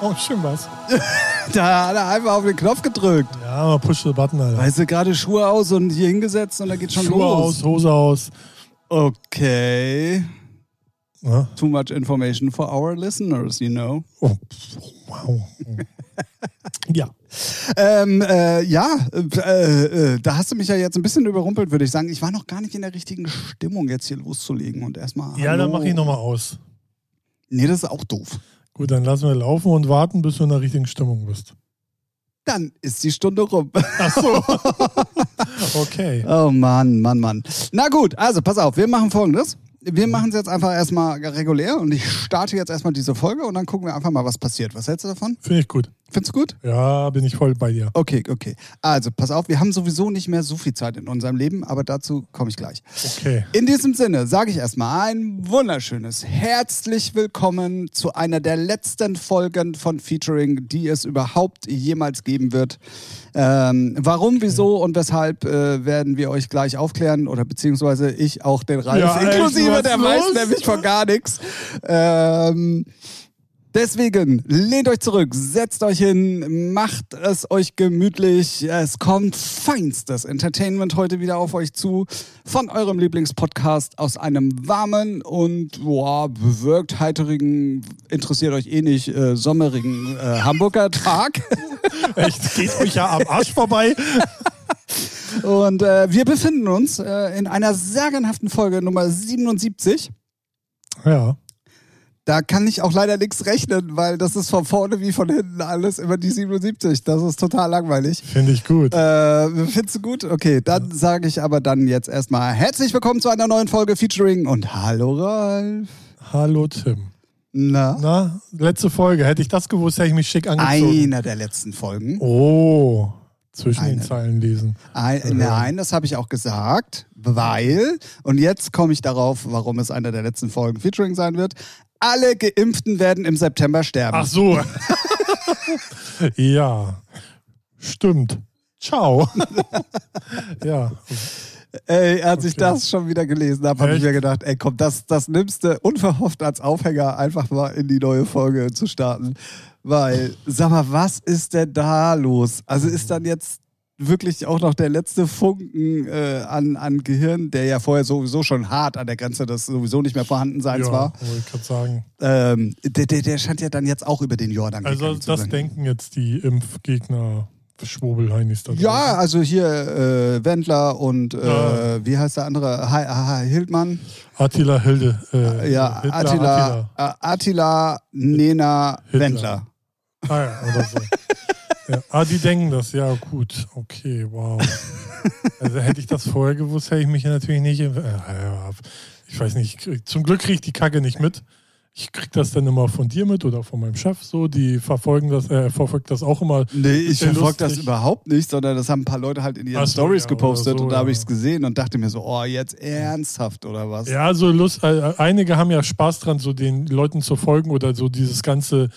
auch schon Oh, was. Da hat er einfach auf den Knopf gedrückt. Ja, mal push the button, Alter. Weißt du, gerade Schuhe aus und hier hingesetzt und da geht schon Schuhe los. aus, Hose aus. Okay. Ja. Too much information for our listeners, you know. Oh, pf, wow. ja. Ähm, äh, ja, äh, äh, da hast du mich ja jetzt ein bisschen überrumpelt, würde ich sagen. Ich war noch gar nicht in der richtigen Stimmung, jetzt hier loszulegen und erstmal. Ja, dann hallo. mach ich nochmal aus. Nee, das ist auch doof. Gut, dann lassen wir laufen und warten, bis du in der richtigen Stimmung bist. Dann ist die Stunde rum. Ach so. okay. Oh Mann, Mann, Mann. Na gut, also pass auf, wir machen folgendes. Wir machen es jetzt einfach erstmal regulär und ich starte jetzt erstmal diese Folge und dann gucken wir einfach mal, was passiert. Was hältst du davon? Finde ich gut. Findest du gut? Ja, bin ich voll bei dir. Okay, okay. Also, pass auf, wir haben sowieso nicht mehr so viel Zeit in unserem Leben, aber dazu komme ich gleich. Okay. In diesem Sinne sage ich erstmal ein wunderschönes herzlich willkommen zu einer der letzten Folgen von Featuring, die es überhaupt jemals geben wird. Ähm, warum, wieso und weshalb äh, werden wir euch gleich aufklären oder beziehungsweise ich auch den Ralf Ja, echt, inklusive, was der los? weiß nämlich von gar nichts. Ähm, Deswegen lehnt euch zurück, setzt euch hin, macht es euch gemütlich. Es kommt feinstes Entertainment heute wieder auf euch zu von eurem Lieblingspodcast aus einem warmen und boah, bewölkt heiterigen, interessiert euch eh nicht, äh, sommerigen äh, Hamburger Tag. Echt, geht euch ja am Arsch vorbei. Und äh, wir befinden uns äh, in einer sagenhaften Folge Nummer 77. Ja. Da kann ich auch leider nichts rechnen, weil das ist von vorne wie von hinten alles immer die 77. Das ist total langweilig. Finde ich gut. Äh, findest du gut? Okay, dann sage ich aber dann jetzt erstmal herzlich willkommen zu einer neuen Folge Featuring und hallo Ralf. Hallo Tim. Na, Na, letzte Folge. Hätte ich das gewusst, hätte ich mich schick angezogen. einer der letzten Folgen. Oh, zwischen den Eine. Zeilen lesen. Ei- nein, das habe ich auch gesagt, weil, und jetzt komme ich darauf, warum es einer der letzten Folgen Featuring sein wird. Alle Geimpften werden im September sterben. Ach so. ja. Stimmt. Ciao. ja. Ey, als ich Okay. das schon wieder gelesen habe, habe ich Echt? mir gedacht, ey komm, das, das nimmst du unverhofft als Aufhänger, einfach mal in die neue Folge zu starten. Weil, sag mal, was ist denn da los? Also ist dann jetzt wirklich auch noch der letzte Funken äh, an, an Gehirn, der ja vorher sowieso schon hart an der Grenze des sowieso nicht mehr vorhanden ja seins war. wollte ich gerade sagen. Ähm, der, der, der scheint ja dann jetzt auch über den Jordan Also gegangen zu das sein. denken jetzt die Impfgegner Schwurbelheinis da Ja, also hier äh, Wendler und äh, Ja. wie heißt der andere? Hi- Hi- Hildmann. draußen. Attila Hilde. Äh, Ja, Hitler, Attila, Attila. Attila Nena Hitler. Wendler. Ah, ja, oder so. ja. ah, die denken das. Ja, gut. Okay, wow. Also hätte ich das vorher gewusst, hätte ich mich natürlich nicht. im- Äh, ja, ich weiß nicht. ich Krieg, zum Glück kriege ich die Kacke nicht mit. Ich krieg das dann immer von dir mit oder von meinem Chef so. Die verfolgen das, äh, verfolgt das auch immer. Nee, ich Ist ja verfolge das lustig. überhaupt nicht, sondern das haben ein paar Leute halt in ihren Ach so, Stories ja, gepostet oder so, und da habe ja. ich es gesehen und dachte mir so, oh, jetzt ernsthaft oder was? Ja, so Lust. äh, Einige haben ja Spaß dran, so den Leuten zu folgen oder so dieses ganze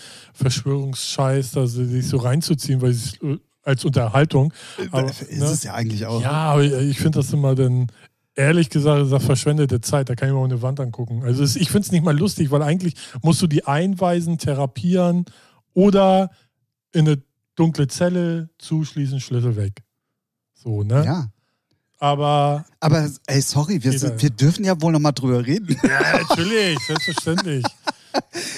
Verschwörungsscheiß, da so- sich so reinzuziehen, weil sie es äh, als Unterhaltung. Aber, ist ne? es ja eigentlich auch. Ja, aber ich finde das immer dann, ehrlich gesagt, das ist verschwendete Zeit. Da kann ich mir auch eine Wand angucken. Also es, ich finde es nicht mal lustig, weil eigentlich musst du die einweisen, therapieren oder in eine dunkle Zelle zuschließen, Schlüssel weg. So, ne? Ja. Aber Aber ey, sorry, wir, Jeder, sind, ja. wir dürfen ja wohl nochmal drüber reden. ja, natürlich, selbstverständlich.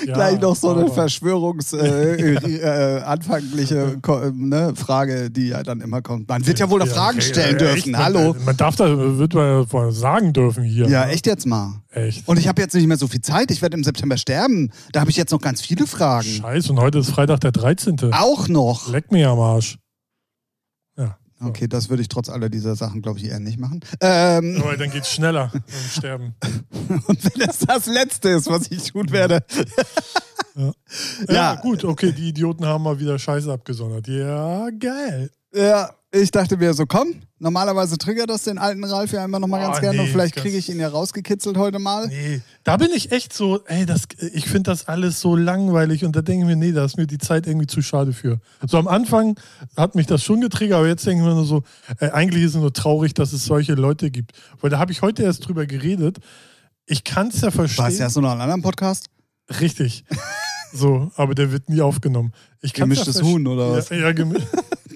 Ja, Gleich noch so eine aber- verschwörungsanfängliche äh, äh, anfängliche, ko- äh, ne, Frage, die ja dann immer kommt. Man wird ja wohl noch Ja, Fragen okay, stellen äh, dürfen. echt, Hallo. Man, man darf das, wird man ja wohl sagen dürfen hier. Ja, ne? echt jetzt mal. Echt. Und ich habe jetzt nicht mehr so viel Zeit. Ich werde im September sterben. Da habe ich jetzt noch ganz viele Fragen. Scheiße, und heute ist Freitag der 13. Auch noch. Leck mir am Arsch. Ja. so. Okay, das würde ich trotz aller dieser Sachen, glaube ich, eher nicht machen. Ähm, Aber dann geht's schneller beim Sterben. und wenn das das Letzte ist, was ich tun werde. Ja, Ja. gut, okay, die Idioten haben mal wieder Scheiße abgesondert. Ja, geil. Ja, ich dachte mir so, komm, normalerweise triggert das den alten Ralf ja immer noch mal Oh, ganz gerne. und nee, vielleicht das- kriege ich ihn ja rausgekitzelt heute mal. Nee, da bin ich echt so, ey, das, ich finde das alles so langweilig und da denke ich mir, nee, da ist mir die Zeit irgendwie zu schade für. So am Anfang hat mich das schon getriggert, aber jetzt denke ich mir nur so, ey, eigentlich ist es nur traurig, dass es solche Leute gibt. Weil da habe ich heute erst drüber geredet. Ich kann es ja verstehen. Weißt du, hast du noch einen anderen Podcast? Richtig. So, aber der wird nie aufgenommen. Ich kann's Gemischtes ja verste- Huhn, oder was? Ja, ja, gemi-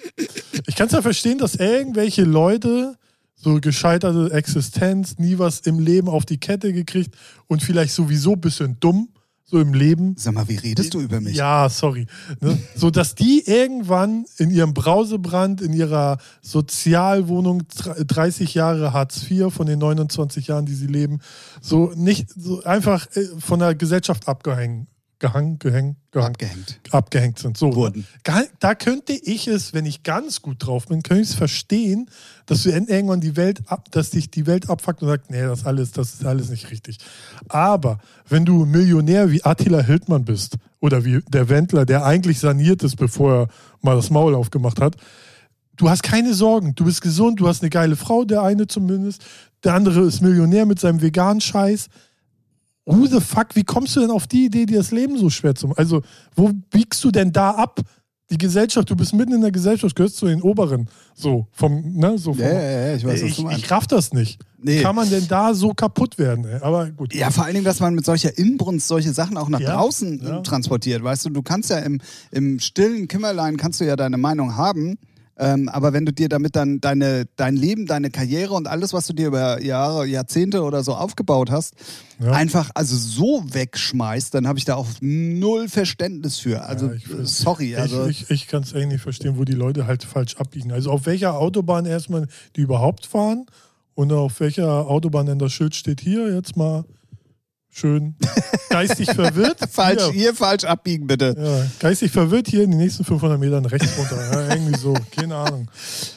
ich kann es ja verstehen, dass irgendwelche Leute so gescheiterte Existenz, nie was im Leben auf die Kette gekriegt und vielleicht sowieso ein bisschen dumm, so im Leben. Sag mal, wie redest du über mich? Ja, sorry. Ne? So, dass die irgendwann in ihrem Brausebrand, in ihrer Sozialwohnung, dr- 30 Jahre Hartz IV von den 29 Jahren, die sie leben, so nicht so einfach äh, von der Gesellschaft abgehängt, gehangen, gehängt, gehangen, Abgehängt. abgehängt sind. So, Wurden. Ga- Da könnte ich es, wenn ich ganz gut drauf bin, könnte ich es verstehen, dass du en- irgendwann die Welt ab, dass dich die Welt abfuckt und sagt, nee, das alles, das ist alles nicht richtig. Aber wenn du Millionär wie Attila Hildmann bist oder wie der Wendler, der eigentlich saniert ist, bevor er mal das Maul aufgemacht hat, du hast keine Sorgen, du bist gesund, du hast eine geile Frau, der eine zumindest, der andere ist Millionär mit seinem veganen Scheiß. Who the fuck, wie kommst du denn auf die Idee, dir das Leben so schwer zu machen? Also, wo biegst du denn da ab? Die Gesellschaft, du bist mitten in der Gesellschaft, gehörst zu den Oberen. So, vom, ne, so vom, Ja, ja, ja, ich weiß, was ich, du ich meinst. raff das nicht. Nee. Kann man denn da so kaputt werden? Ey? Aber gut. Ja, vor allen Dingen, dass man mit solcher Inbrunst solche Sachen auch nach Ja, draußen ja. transportiert. Weißt du, du kannst ja im, im stillen Kümmerlein kannst du ja deine Meinung haben. Ähm, aber wenn du dir damit dann deine, dein Leben, deine Karriere und alles, was du dir über Jahre, Jahrzehnte oder so aufgebaut hast, Ja. einfach also so wegschmeißt, dann habe ich da auch null Verständnis für. Also ich- äh, sorry, also ich ich, ich kann es echt nicht verstehen, wo die Leute halt falsch abbiegen. Also auf welcher Autobahn erstmal die überhaupt fahren und auf welcher Autobahn denn das Schild steht hier jetzt mal schön geistig verwirrt. falsch, Hier. hier falsch abbiegen bitte. Ja, geistig verwirrt hier in den nächsten 500 Metern rechts runter. Ja, irgendwie so, keine Ahnung.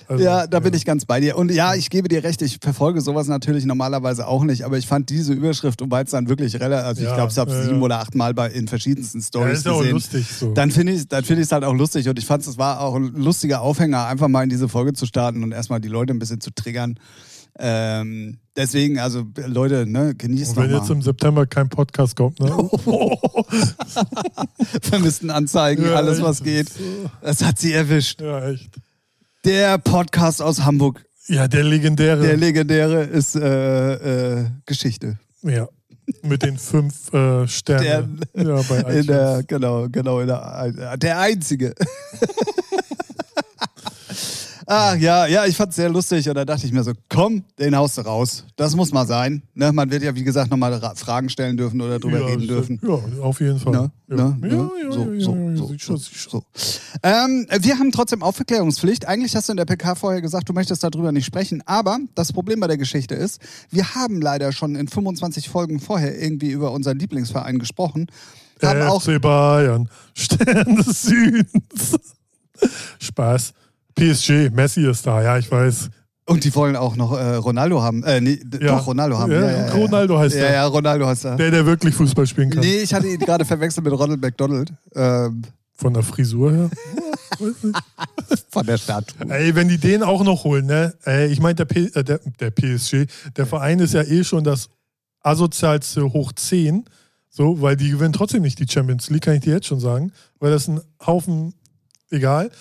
Also, Ja, da bin ich ganz bei dir. Und ja, ich gebe dir recht, ich verfolge sowas natürlich normalerweise auch nicht, aber ich fand diese Überschrift, und weil es dann wirklich relativ, also ich Ja, glaube, ich habe ja, sieben ja. oder acht Mal bei, in verschiedensten ja, Stories ist ja auch gesehen. lustig so. Dann finde ich es find ich's halt auch lustig und ich fand es war auch ein lustiger Aufhänger, einfach mal in diese Folge zu starten und erstmal die Leute ein bisschen zu triggern. Ähm, deswegen, also Leute, ne, genießt und doch wenn jetzt mal. Oh. im September kein Podcast kommt, ne? Vermissten Anzeigen, Ja, alles was echt. geht. Das hat sie erwischt. Ja, echt. Der Podcast aus Hamburg, Ja, der legendäre. der legendäre, ist äh, äh, Geschichte. Ja. Mit den fünf äh, Sternen. ja, bei iTunes. In der, genau, genau, in der, der Einzige. Ach ja, ja, ich fand's sehr lustig und da dachte ich mir so, komm, den haust du raus. Das muss mal sein. Ne, man wird ja, wie gesagt, nochmal ra- Fragen stellen dürfen oder drüber ja, reden stimmt. dürfen. Ja, auf jeden Fall. Ne? ja. Ne? ja, Ne? ja, So, ja, so, ja, ja, so, sieht schon, sieht schon. So. Ähm, wir haben trotzdem Aufklärungspflicht. Eigentlich hast du in der PK vorher gesagt, du möchtest darüber nicht sprechen. Aber das Problem bei der Geschichte ist, wir haben leider schon in 25 Folgen vorher irgendwie über unseren Lieblingsverein gesprochen. Haben auch FC Bayern, Stern des Südens. Spaß. PSG, Messi ist da, ja, ich weiß. Und die wollen auch noch äh, Ronaldo haben. Äh, nee, d- Ja. doch, Ronaldo haben. Ja, Ronaldo heißt ja, er. Ja, Ronaldo heißt er. Der, der wirklich Fußball spielen kann. Nee, ich hatte ihn gerade verwechselt mit Ronald McDonald. Ähm, Von der Frisur her. Ja, weiß nicht. von der Statue. Ey, wenn die den auch noch holen, ne? Ey, ich meine, der, P- äh, der, der PSG, der Verein ist ja eh schon das asozialste hoch 10. So, weil die gewinnen trotzdem nicht die Champions League, kann ich dir jetzt schon sagen. Weil das ein Haufen, egal.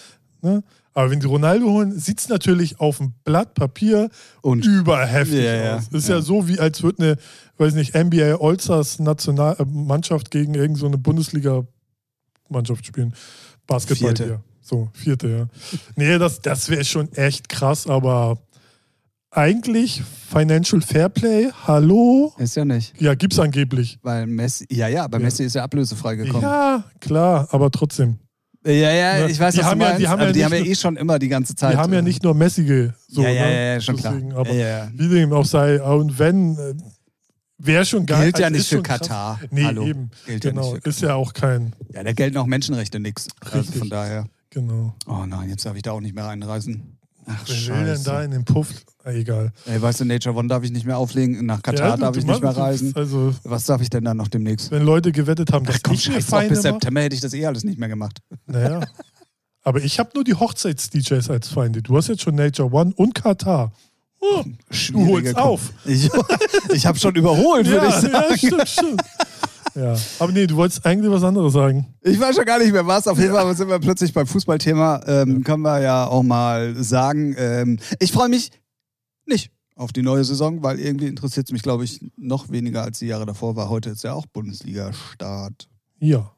Ne? Aber wenn die Ronaldo holen, sieht es natürlich auf dem Blatt Papier Und überheftig Ja, ja, aus. Ist ja. ja. so, wie als würde eine, weiß nicht, NBA All-Stars National- äh, Mannschaft gegen irgendeine so eine Bundesliga-Mannschaft spielen. Basketball Vierte. hier. So, vierte, ja. Nee, das, das wäre schon echt krass, aber eigentlich Financial Fairplay, hallo? ist ja nicht. Ja, gibt's angeblich. Weil Messi, ja, ja, bei Ja. Messi ist ja ablösefrei gekommen. Ja, klar, aber trotzdem. Ja, ja, ich weiß, Die was du haben ja- meinst. die haben aber ja die haben ja nicht- eh schon immer die ganze Zeit. Wir haben ja äh, nicht nur Messi ge so, ja, ja, ne? ja, ja, schon klar. Äh. Deswegen, aber ja, ja. Wie dem auch sei, und wenn, wäre schon geil. Gilt ja also nicht ist für schon krass. Katar. Nee, Hallo. eben. Gilt ja genau, nicht für ist ja auch kein. Ja, da gelten auch Menschenrechte nix. Also Richtig. von daher. Genau. Oh nein, jetzt darf ich da auch nicht mehr reinreisen. Ach, Wer Scheiße. will denn da in den Puff? Na, egal. Ey, weißt du, Nature One darf ich nicht mehr auflegen, nach Katar Ja, du- darf du ich nicht mehr machst- reisen. Also, Was darf ich denn dann noch demnächst? wenn Leute gewettet haben, dass Ach komm, ich mir scheiß drauf, Feinde bis mache. September hätte ich das eh alles nicht mehr gemacht. Naja. Aber ich habe nur die Hochzeits-DJs als Feinde. Du hast jetzt schon Nature One und Katar. Oh, du holst Kom- auf. Ich, ich habe schon überholt, würde ich Ja, sagen. ja, stimmt, stimmt. Ja. Aber nee, du wolltest eigentlich was anderes sagen. Ich weiß schon gar nicht mehr was. Auf jeden Fall sind wir plötzlich beim Fußballthema. Ähm, Können wir ja auch mal sagen. Ähm, ich freue mich nicht auf die neue Saison, weil irgendwie interessiert es mich, glaube ich, noch weniger als die Jahre davor war. Heute ist ja auch Bundesliga-Start. Ja.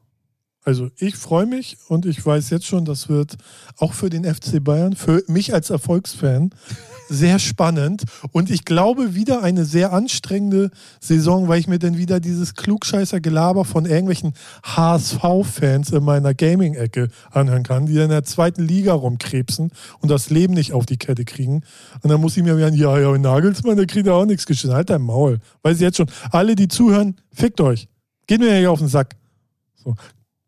Also ich freue mich und ich weiß jetzt schon, das wird auch für den FC Bayern, für mich als Erfolgsfan, sehr spannend. Und ich glaube wieder eine sehr anstrengende Saison, weil ich mir dann wieder dieses klugscheißer Gelaber von irgendwelchen HSV-Fans in meiner Gaming-Ecke anhören kann, die dann in der zweiten Liga rumkrebsen und das Leben nicht auf die Kette kriegen. Und dann muss ich mir wieder, ja, ja, Nagelsmann, der kriegt ja auch nichts geschehen. Halt dein Maul. Weiß ich jetzt schon. Alle, die zuhören, fickt euch. Geht mir ja hier auf den Sack. So.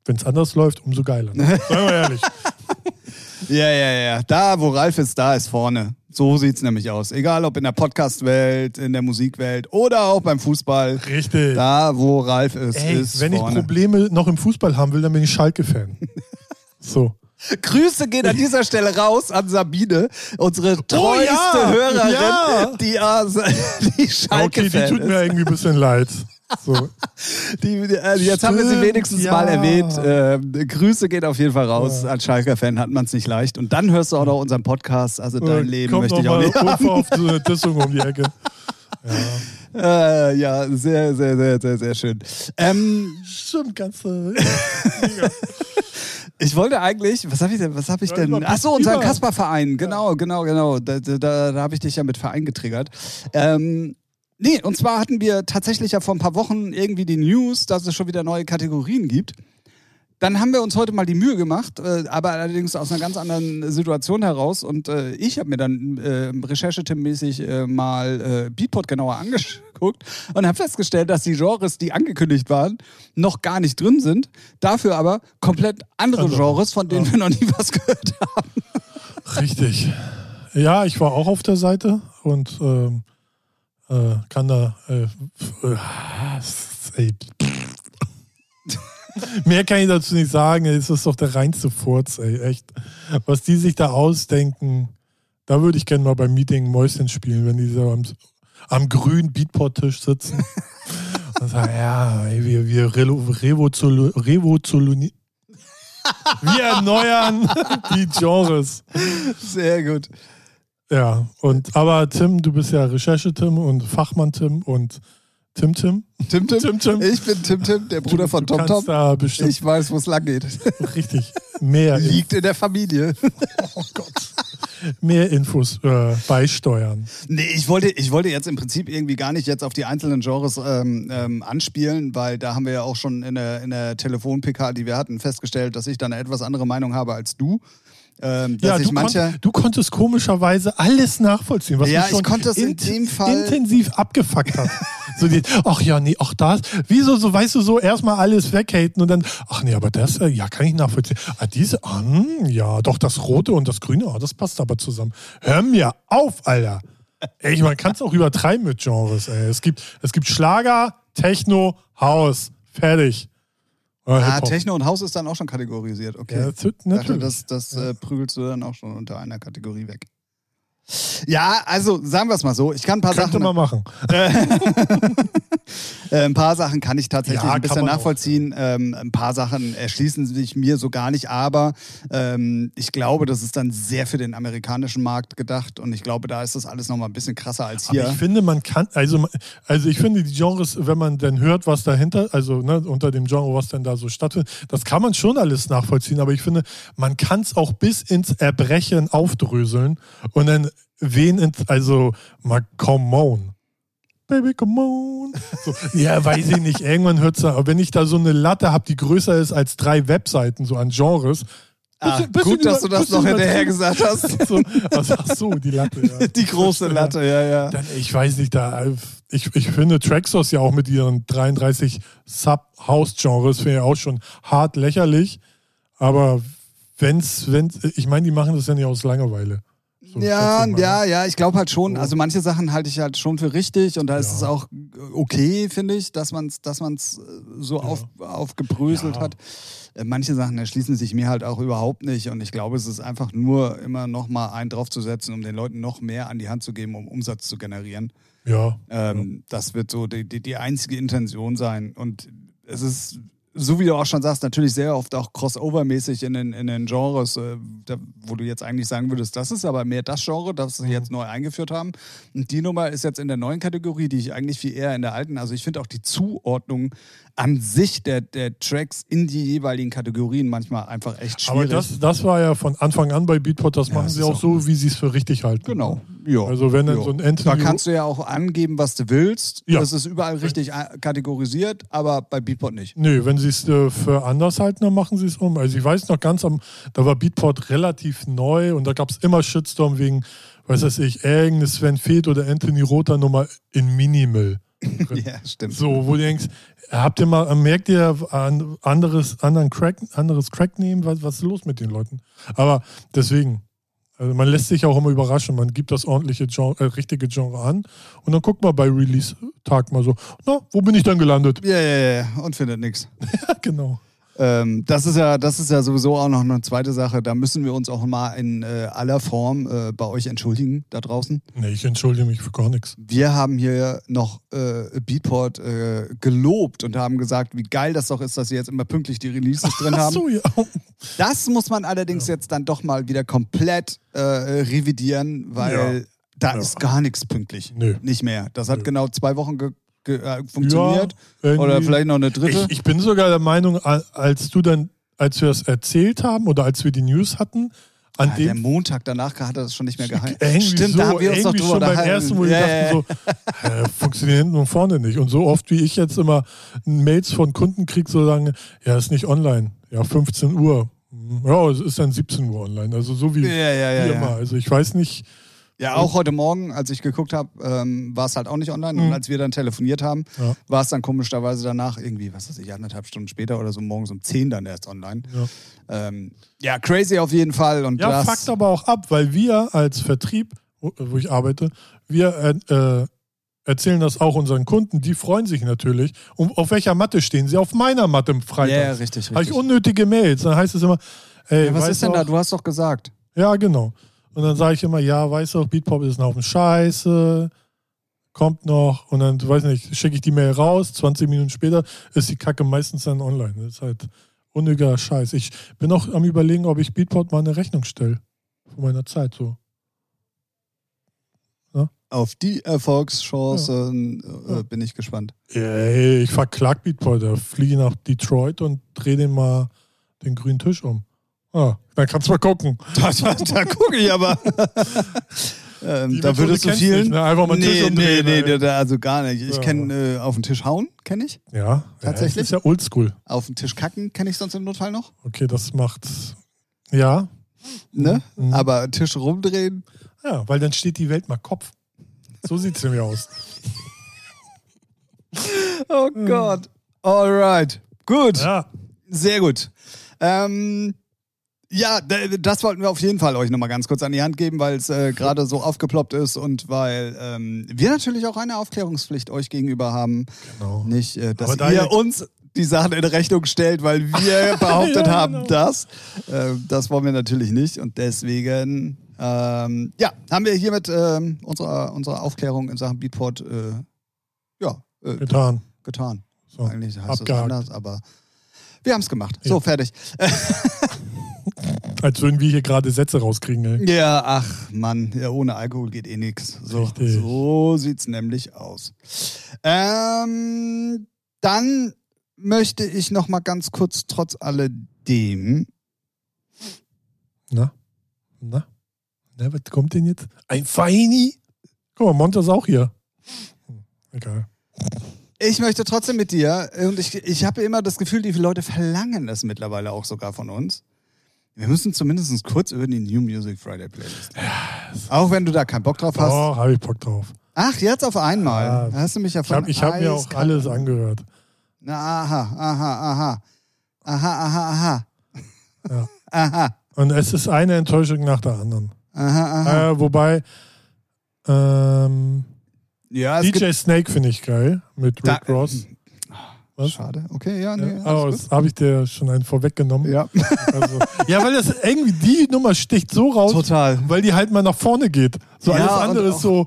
Wenn es anders läuft, umso geiler. Ne? Seien wir ehrlich. Ja, ja, ja. Da, wo Ralf ist, da ist vorne. So sieht's nämlich aus. Egal ob in der Podcast-Welt, in der Musikwelt oder auch beim Fußball. Richtig. Da, wo Ralf ist, Ey, ist wenn ich vorne. Probleme noch im Fußball haben will, dann bin ich Schalke-Fan. So. Grüße gehen an dieser Stelle raus an Sabine, unsere treueste Oh, ja! Hörerin, Ja! die, ja, die Okay, die Schalke-Fan tut ist. mir irgendwie ein bisschen leid. So. Die, die, äh, jetzt haben wir sie Stimmt, wenigstens ja. mal erwähnt. Ähm, Grüße geht auf jeden Fall raus. Als Schalker-Fan hat man es nicht leicht. Und dann hörst du auch noch unseren Podcast. Also dein Leben Äh, Kommt möchte noch ich auch mal nicht. Ufer auf so eine Tissung um die Ecke. Äh, ja, sehr, sehr, sehr, sehr, sehr schön. Ähm, Stimmt, ganz. äh, ich wollte eigentlich, was habe ich denn? Was habe ich Ja, denn? über- Achso, unseren über- Kasper-Verein. Genau, genau, genau. Da, da, da habe ich dich ja mit Verein getriggert. Ähm, nee, und zwar hatten wir tatsächlich ja vor ein paar Wochen irgendwie die News, dass es schon wieder neue Kategorien gibt. Dann haben wir uns heute mal die Mühe gemacht, äh, aber allerdings aus einer ganz anderen Situation heraus. Und äh, ich habe mir dann äh, rechercheteammäßig äh, mal äh, Beatport genauer angeguckt und habe festgestellt, dass die Genres, die angekündigt waren, noch gar nicht drin sind. Dafür aber komplett andere Andere. Genres, von denen wir noch nie was gehört haben. Richtig. Ja, ich war auch auf der Seite und ähm, äh, kann da. Äh, f- äh, ey. Mehr kann ich dazu nicht sagen. Es ist doch der reinste Furz, ey, echt. Was die sich da ausdenken, da würde ich gerne mal beim Meeting Mäuschen spielen, wenn die so am, am grünen Beatport-Tisch sitzen. und sagen, ja, ey, wir, wir relo- revozulu- revolutioni- Wir erneuern die Genres. Sehr gut. Ja, und aber Tim, du bist ja Recherche-Tim und Fachmann-Tim und Tim-Tim. Tim Tim. Tim-Tim. Ich bin Tim Tim, der Bruder von Du Tom kannst Tom. da bestimmt Ich weiß, wo es lang geht. richtig mehr, Liegt in der Familie. mehr Infos äh, beisteuern. Nee, ich wollte, ich wollte jetzt im Prinzip irgendwie gar nicht jetzt auf die einzelnen Genres ähm, ähm, anspielen, weil da haben wir ja auch schon in der, in der Telefon-PK, die wir hatten, festgestellt, dass ich da eine etwas andere Meinung habe als du. Ähm, dass Ja, ich du, mancher. konnt, du konntest komischerweise alles nachvollziehen, was Ja, mich ich schon konnte es in int- dem Fall- intensiv abgefuckt hat. so die, ach ja, nee, ach das. Wieso so, weißt du, so erstmal alles weghaten und dann, ach nee, aber das, äh, ja, kann ich nachvollziehen. Ah, diese, ah, hm, ja, doch, das Rote und das Grüne, ah, das passt aber zusammen. Hör mir auf, Alter. Ey, ich, man kann es auch übertreiben mit Genres, ey. Es gibt, es gibt Schlager, Techno, Haus. Fertig. Oder Ah, Hip-Hop. Techno und Haus ist dann auch schon kategorisiert, okay. Ja, tut- Ich dachte, natürlich. das das äh, prügelst du dann auch schon unter einer Kategorie weg. Ja, also sagen wir es mal so, ich kann ein paar Könnte Sachen man machen. Äh, ein paar Sachen kann ich tatsächlich Ja, ein kann bisschen man auch, nachvollziehen. Ähm, ein paar Sachen erschließen sich mir so gar nicht, aber ähm, ich glaube, das ist dann sehr für den amerikanischen Markt gedacht und ich glaube, da ist das alles nochmal ein bisschen krasser als Aber hier. ich finde, man kann, also, man- also ich finde die Genres, wenn man dann hört, was dahinter, also ne, unter dem Genre, was denn da so stattfindet, das kann man schon alles nachvollziehen, aber ich finde, man kann es auch bis ins Erbrechen aufdröseln und dann wen, ins, also mal come on. Baby, come on. So, ja, weiß ich nicht. Irgendwann hört es Aber wenn ich da so eine Latte habe, die größer ist als drei Webseiten, so an Genres. Ah, bisschen- bisschen gut, dass du über- das bisschen noch hinterher übertrieben. gesagt hast. So, also, ach so, die Latte. Ja. Die große Latte, ja, ja. Dann, ich weiß nicht, da, ich, ich finde Traxos ja auch mit ihren 33 Sub-House-Genres, finde ich auch schon hart lächerlich. Aber wenn's, wenn's, ich meine, die machen das ja nicht aus Langeweile. So, Ja, schätze ich mal. ne? ja, ja, ich glaube halt schon, So. also manche Sachen halte ich halt schon für richtig und da ist Ja. es auch okay, finde ich, dass man es dass man's äh, so auf, aufgebröselt Ja. hat. Äh, Manche Sachen erschließen sich mir halt auch überhaupt nicht und ich glaube, es ist einfach nur immer nochmal einen draufzusetzen, um den Leuten noch mehr an die Hand zu geben, um Umsatz zu generieren. Ja. Ähm, Das wird so die, die, die einzige Intention sein und es ist so wie du auch schon sagst, natürlich sehr oft auch crossover-mäßig in den, in den Genres, äh, da, wo du jetzt eigentlich sagen würdest, das ist aber mehr das Genre, das sie Mhm. jetzt neu eingeführt haben. Und die Nummer ist jetzt in der neuen Kategorie, die ich eigentlich viel eher in der alten, also ich finde auch die Zuordnung an sich der, der Tracks in die jeweiligen Kategorien manchmal einfach echt schwierig. Aber das, das war ja von Anfang an bei Beatport, das machen das sie ist auch auch so, wie sie es für richtig halten. Genau. Ja. Also wenn dann ja. so ein Da Anthony- kannst du ja auch angeben, was du willst. Ja. Das ist überall richtig a- kategorisiert, aber bei Beatport nicht. Nö, wenn sie es äh, für anders halten, dann machen sie es um. Also ich weiß noch ganz am, da war Beatport relativ neu und da gab es immer Shitstorm wegen, weiß weiß ich, irgendeine Sven Feth oder Anthony Rother Nummer in Minimal. Ja, stimmt. So, wo du denkst, habt ihr mal, merkt ihr an anderes, anderen Crack, anderes Crack nehmen? Was, was ist los mit den Leuten? Aber deswegen, also man lässt sich auch immer überraschen. Man gibt das ordentliche Genre, äh, richtige Genre an und dann guckt man bei Release-Tag mal so, na, wo bin ich dann gelandet? Ja, ja, ja, ja. und findet nichts. Ja, genau. Ähm, das, ist ja, das ist ja sowieso auch noch eine zweite Sache. Da müssen wir uns auch mal in äh, aller Form äh, bei euch entschuldigen da draußen. Nee, ich entschuldige mich für gar nichts. Wir haben hier noch äh, Beatport äh, gelobt und haben gesagt, wie geil das doch ist, dass sie jetzt immer pünktlich die Releases drin Ach haben. so, ja. Das muss man allerdings jetzt dann doch mal wieder komplett äh, revidieren, weil Ja. da Ja. ist gar nichts pünktlich. Nö. Nicht mehr. Das hat Nö. genau zwei Wochen ge ge äh, funktioniert. irgendwie- Oder vielleicht noch eine dritte. Ich, ich bin sogar der Meinung, a- als du dann, als wir das erzählt haben oder als wir die News hatten, an Ah, der dem Montag danach hat er das schon nicht mehr gehalten. Irgendwie Stimmt, so, da haben wir uns doch irgendwie drüber schon beim unterhalten. ersten, wo wir Ja, ja, dachten so, äh, funktioniert hinten und vorne nicht. Und so oft, wie ich jetzt immer Mails von Kunden kriege, so lange, ja, ist nicht online. Ja, 15 Uhr. Hm, Ja, es ist dann 17 Uhr online. Also so wie, ja, ja, ja, wie ja. immer. Also ich weiß nicht, Ja, oh. auch heute Morgen, als ich geguckt habe, ähm, war es halt auch nicht online. Und als wir dann telefoniert haben, Mhm. Ja. war es dann komischerweise danach irgendwie, was weiß ich, anderthalb Stunden später oder so morgens um 10 dann erst online. Ja, ähm, ja crazy auf jeden Fall. Und Ja, das, fuckt aber auch ab, weil wir als Vertrieb, wo wo ich arbeite, wir äh, äh, erzählen das auch unseren Kunden. Die freuen sich natürlich. Und auf welcher Matte stehen sie? Auf meiner Matte im Ja, ja, Freitag. richtig, Habe ich richtig. unnötige Mails. Dann heißt es immer, ey, Ja, was weißt ist denn du da? auch- Du hast doch gesagt. Ja, genau. Und dann sage ich immer, ja, weißt du auch, Beatpop ist ein Haufen Scheiße. Kommt noch. Und dann, weiß nicht, schicke ich die Mail raus. 20 Minuten später ist die Kacke meistens dann online. Das ist halt unnötiger Scheiß. Ich bin auch am überlegen, ob ich Beatport mal eine Rechnung stelle. Von meiner Zeit so. Auf die Erfolgschancen äh, Ja. bin ich gespannt. Ey, ich verklag Beatport. Da fliege ich nach Detroit und drehe den mal den grünen Tisch um. Ah, dann kannst du mal gucken. Da, da, da gucke ich aber. ähm, Die da Methode würdest du kennst nicht, vielen. ne? Einfach mal den Tisch nee, nee, umdrehen, ne? nee, ey. nee, da- also gar nicht. Ich Ja. kenne äh, auf den Tisch hauen, kenne ich. Ja, Tatsächlich? Ja, das ist ja oldschool. Auf den Tisch kacken kenne ich sonst im Notfall noch. Okay, das macht. Ja, Ne? Mhm. Aber Tisch rumdrehen. Ja, weil dann steht die Welt mal Kopf. So sieht es nämlich aus. Oh Gott. Alright. Gut. Ja, Sehr gut. Ähm, ja, d- das wollten wir auf jeden Fall euch nochmal ganz kurz an die Hand geben, weil es äh, gerade so aufgeploppt ist und weil ähm, wir natürlich auch eine Aufklärungspflicht euch gegenüber haben. genau. Nicht, äh, dass Aber da ihr ihr- uns die Sachen in Rechnung stellt, weil wir behauptet Ja, haben, genau. das. Äh, das wollen wir natürlich nicht und deswegen, ähm, ja, haben wir hiermit ähm, unsere, unsere Aufklärung in Sachen Beatport äh, ja, äh, Getan. getan. So, Eigentlich heißt es abgehakt. anders, aber wir haben es gemacht. Ja. So, fertig. Als würden wir hier gerade Sätze rauskriegen. Ey. Ja, ach Mann, ja, ohne Alkohol geht eh nix. So, Richtig. so sieht's nämlich aus. Ähm, dann möchte ich noch mal ganz kurz trotz alledem. Na? Na? Na, was kommt denn jetzt? Ein Feini? Guck mal, Monte ist auch hier. Hm, Egal. Ich möchte trotzdem mit dir, und ich, ich habe immer das Gefühl, die Leute verlangen das mittlerweile auch sogar von uns. Wir müssen zumindest kurz über die New Music Friday Playlist. reden. Auch wenn du da keinen Bock drauf hast. Oh, habe ich Bock drauf. Ach, jetzt auf einmal. Ja. Da hast du mich ja Ich habe von ich hab mir auch eiskalt- alles angehört. Na, aha, aha, aha. Aha, aha, aha. Ja. Aha, Und es ist eine Enttäuschung nach der anderen. aha, aha. Äh, wobei, ähm, Ja, es gibt... DJ Snake finde ich geil mit Da- Rick Ross. Was? Schade. Okay, ja, nee, Ja, aber alles das habe ich dir schon einen vorweggenommen. gut. Ja, Also, ja, weil das irgendwie die Nummer sticht so raus, total. weil die halt mal nach vorne geht. So Ja, alles und andere auch- ist so.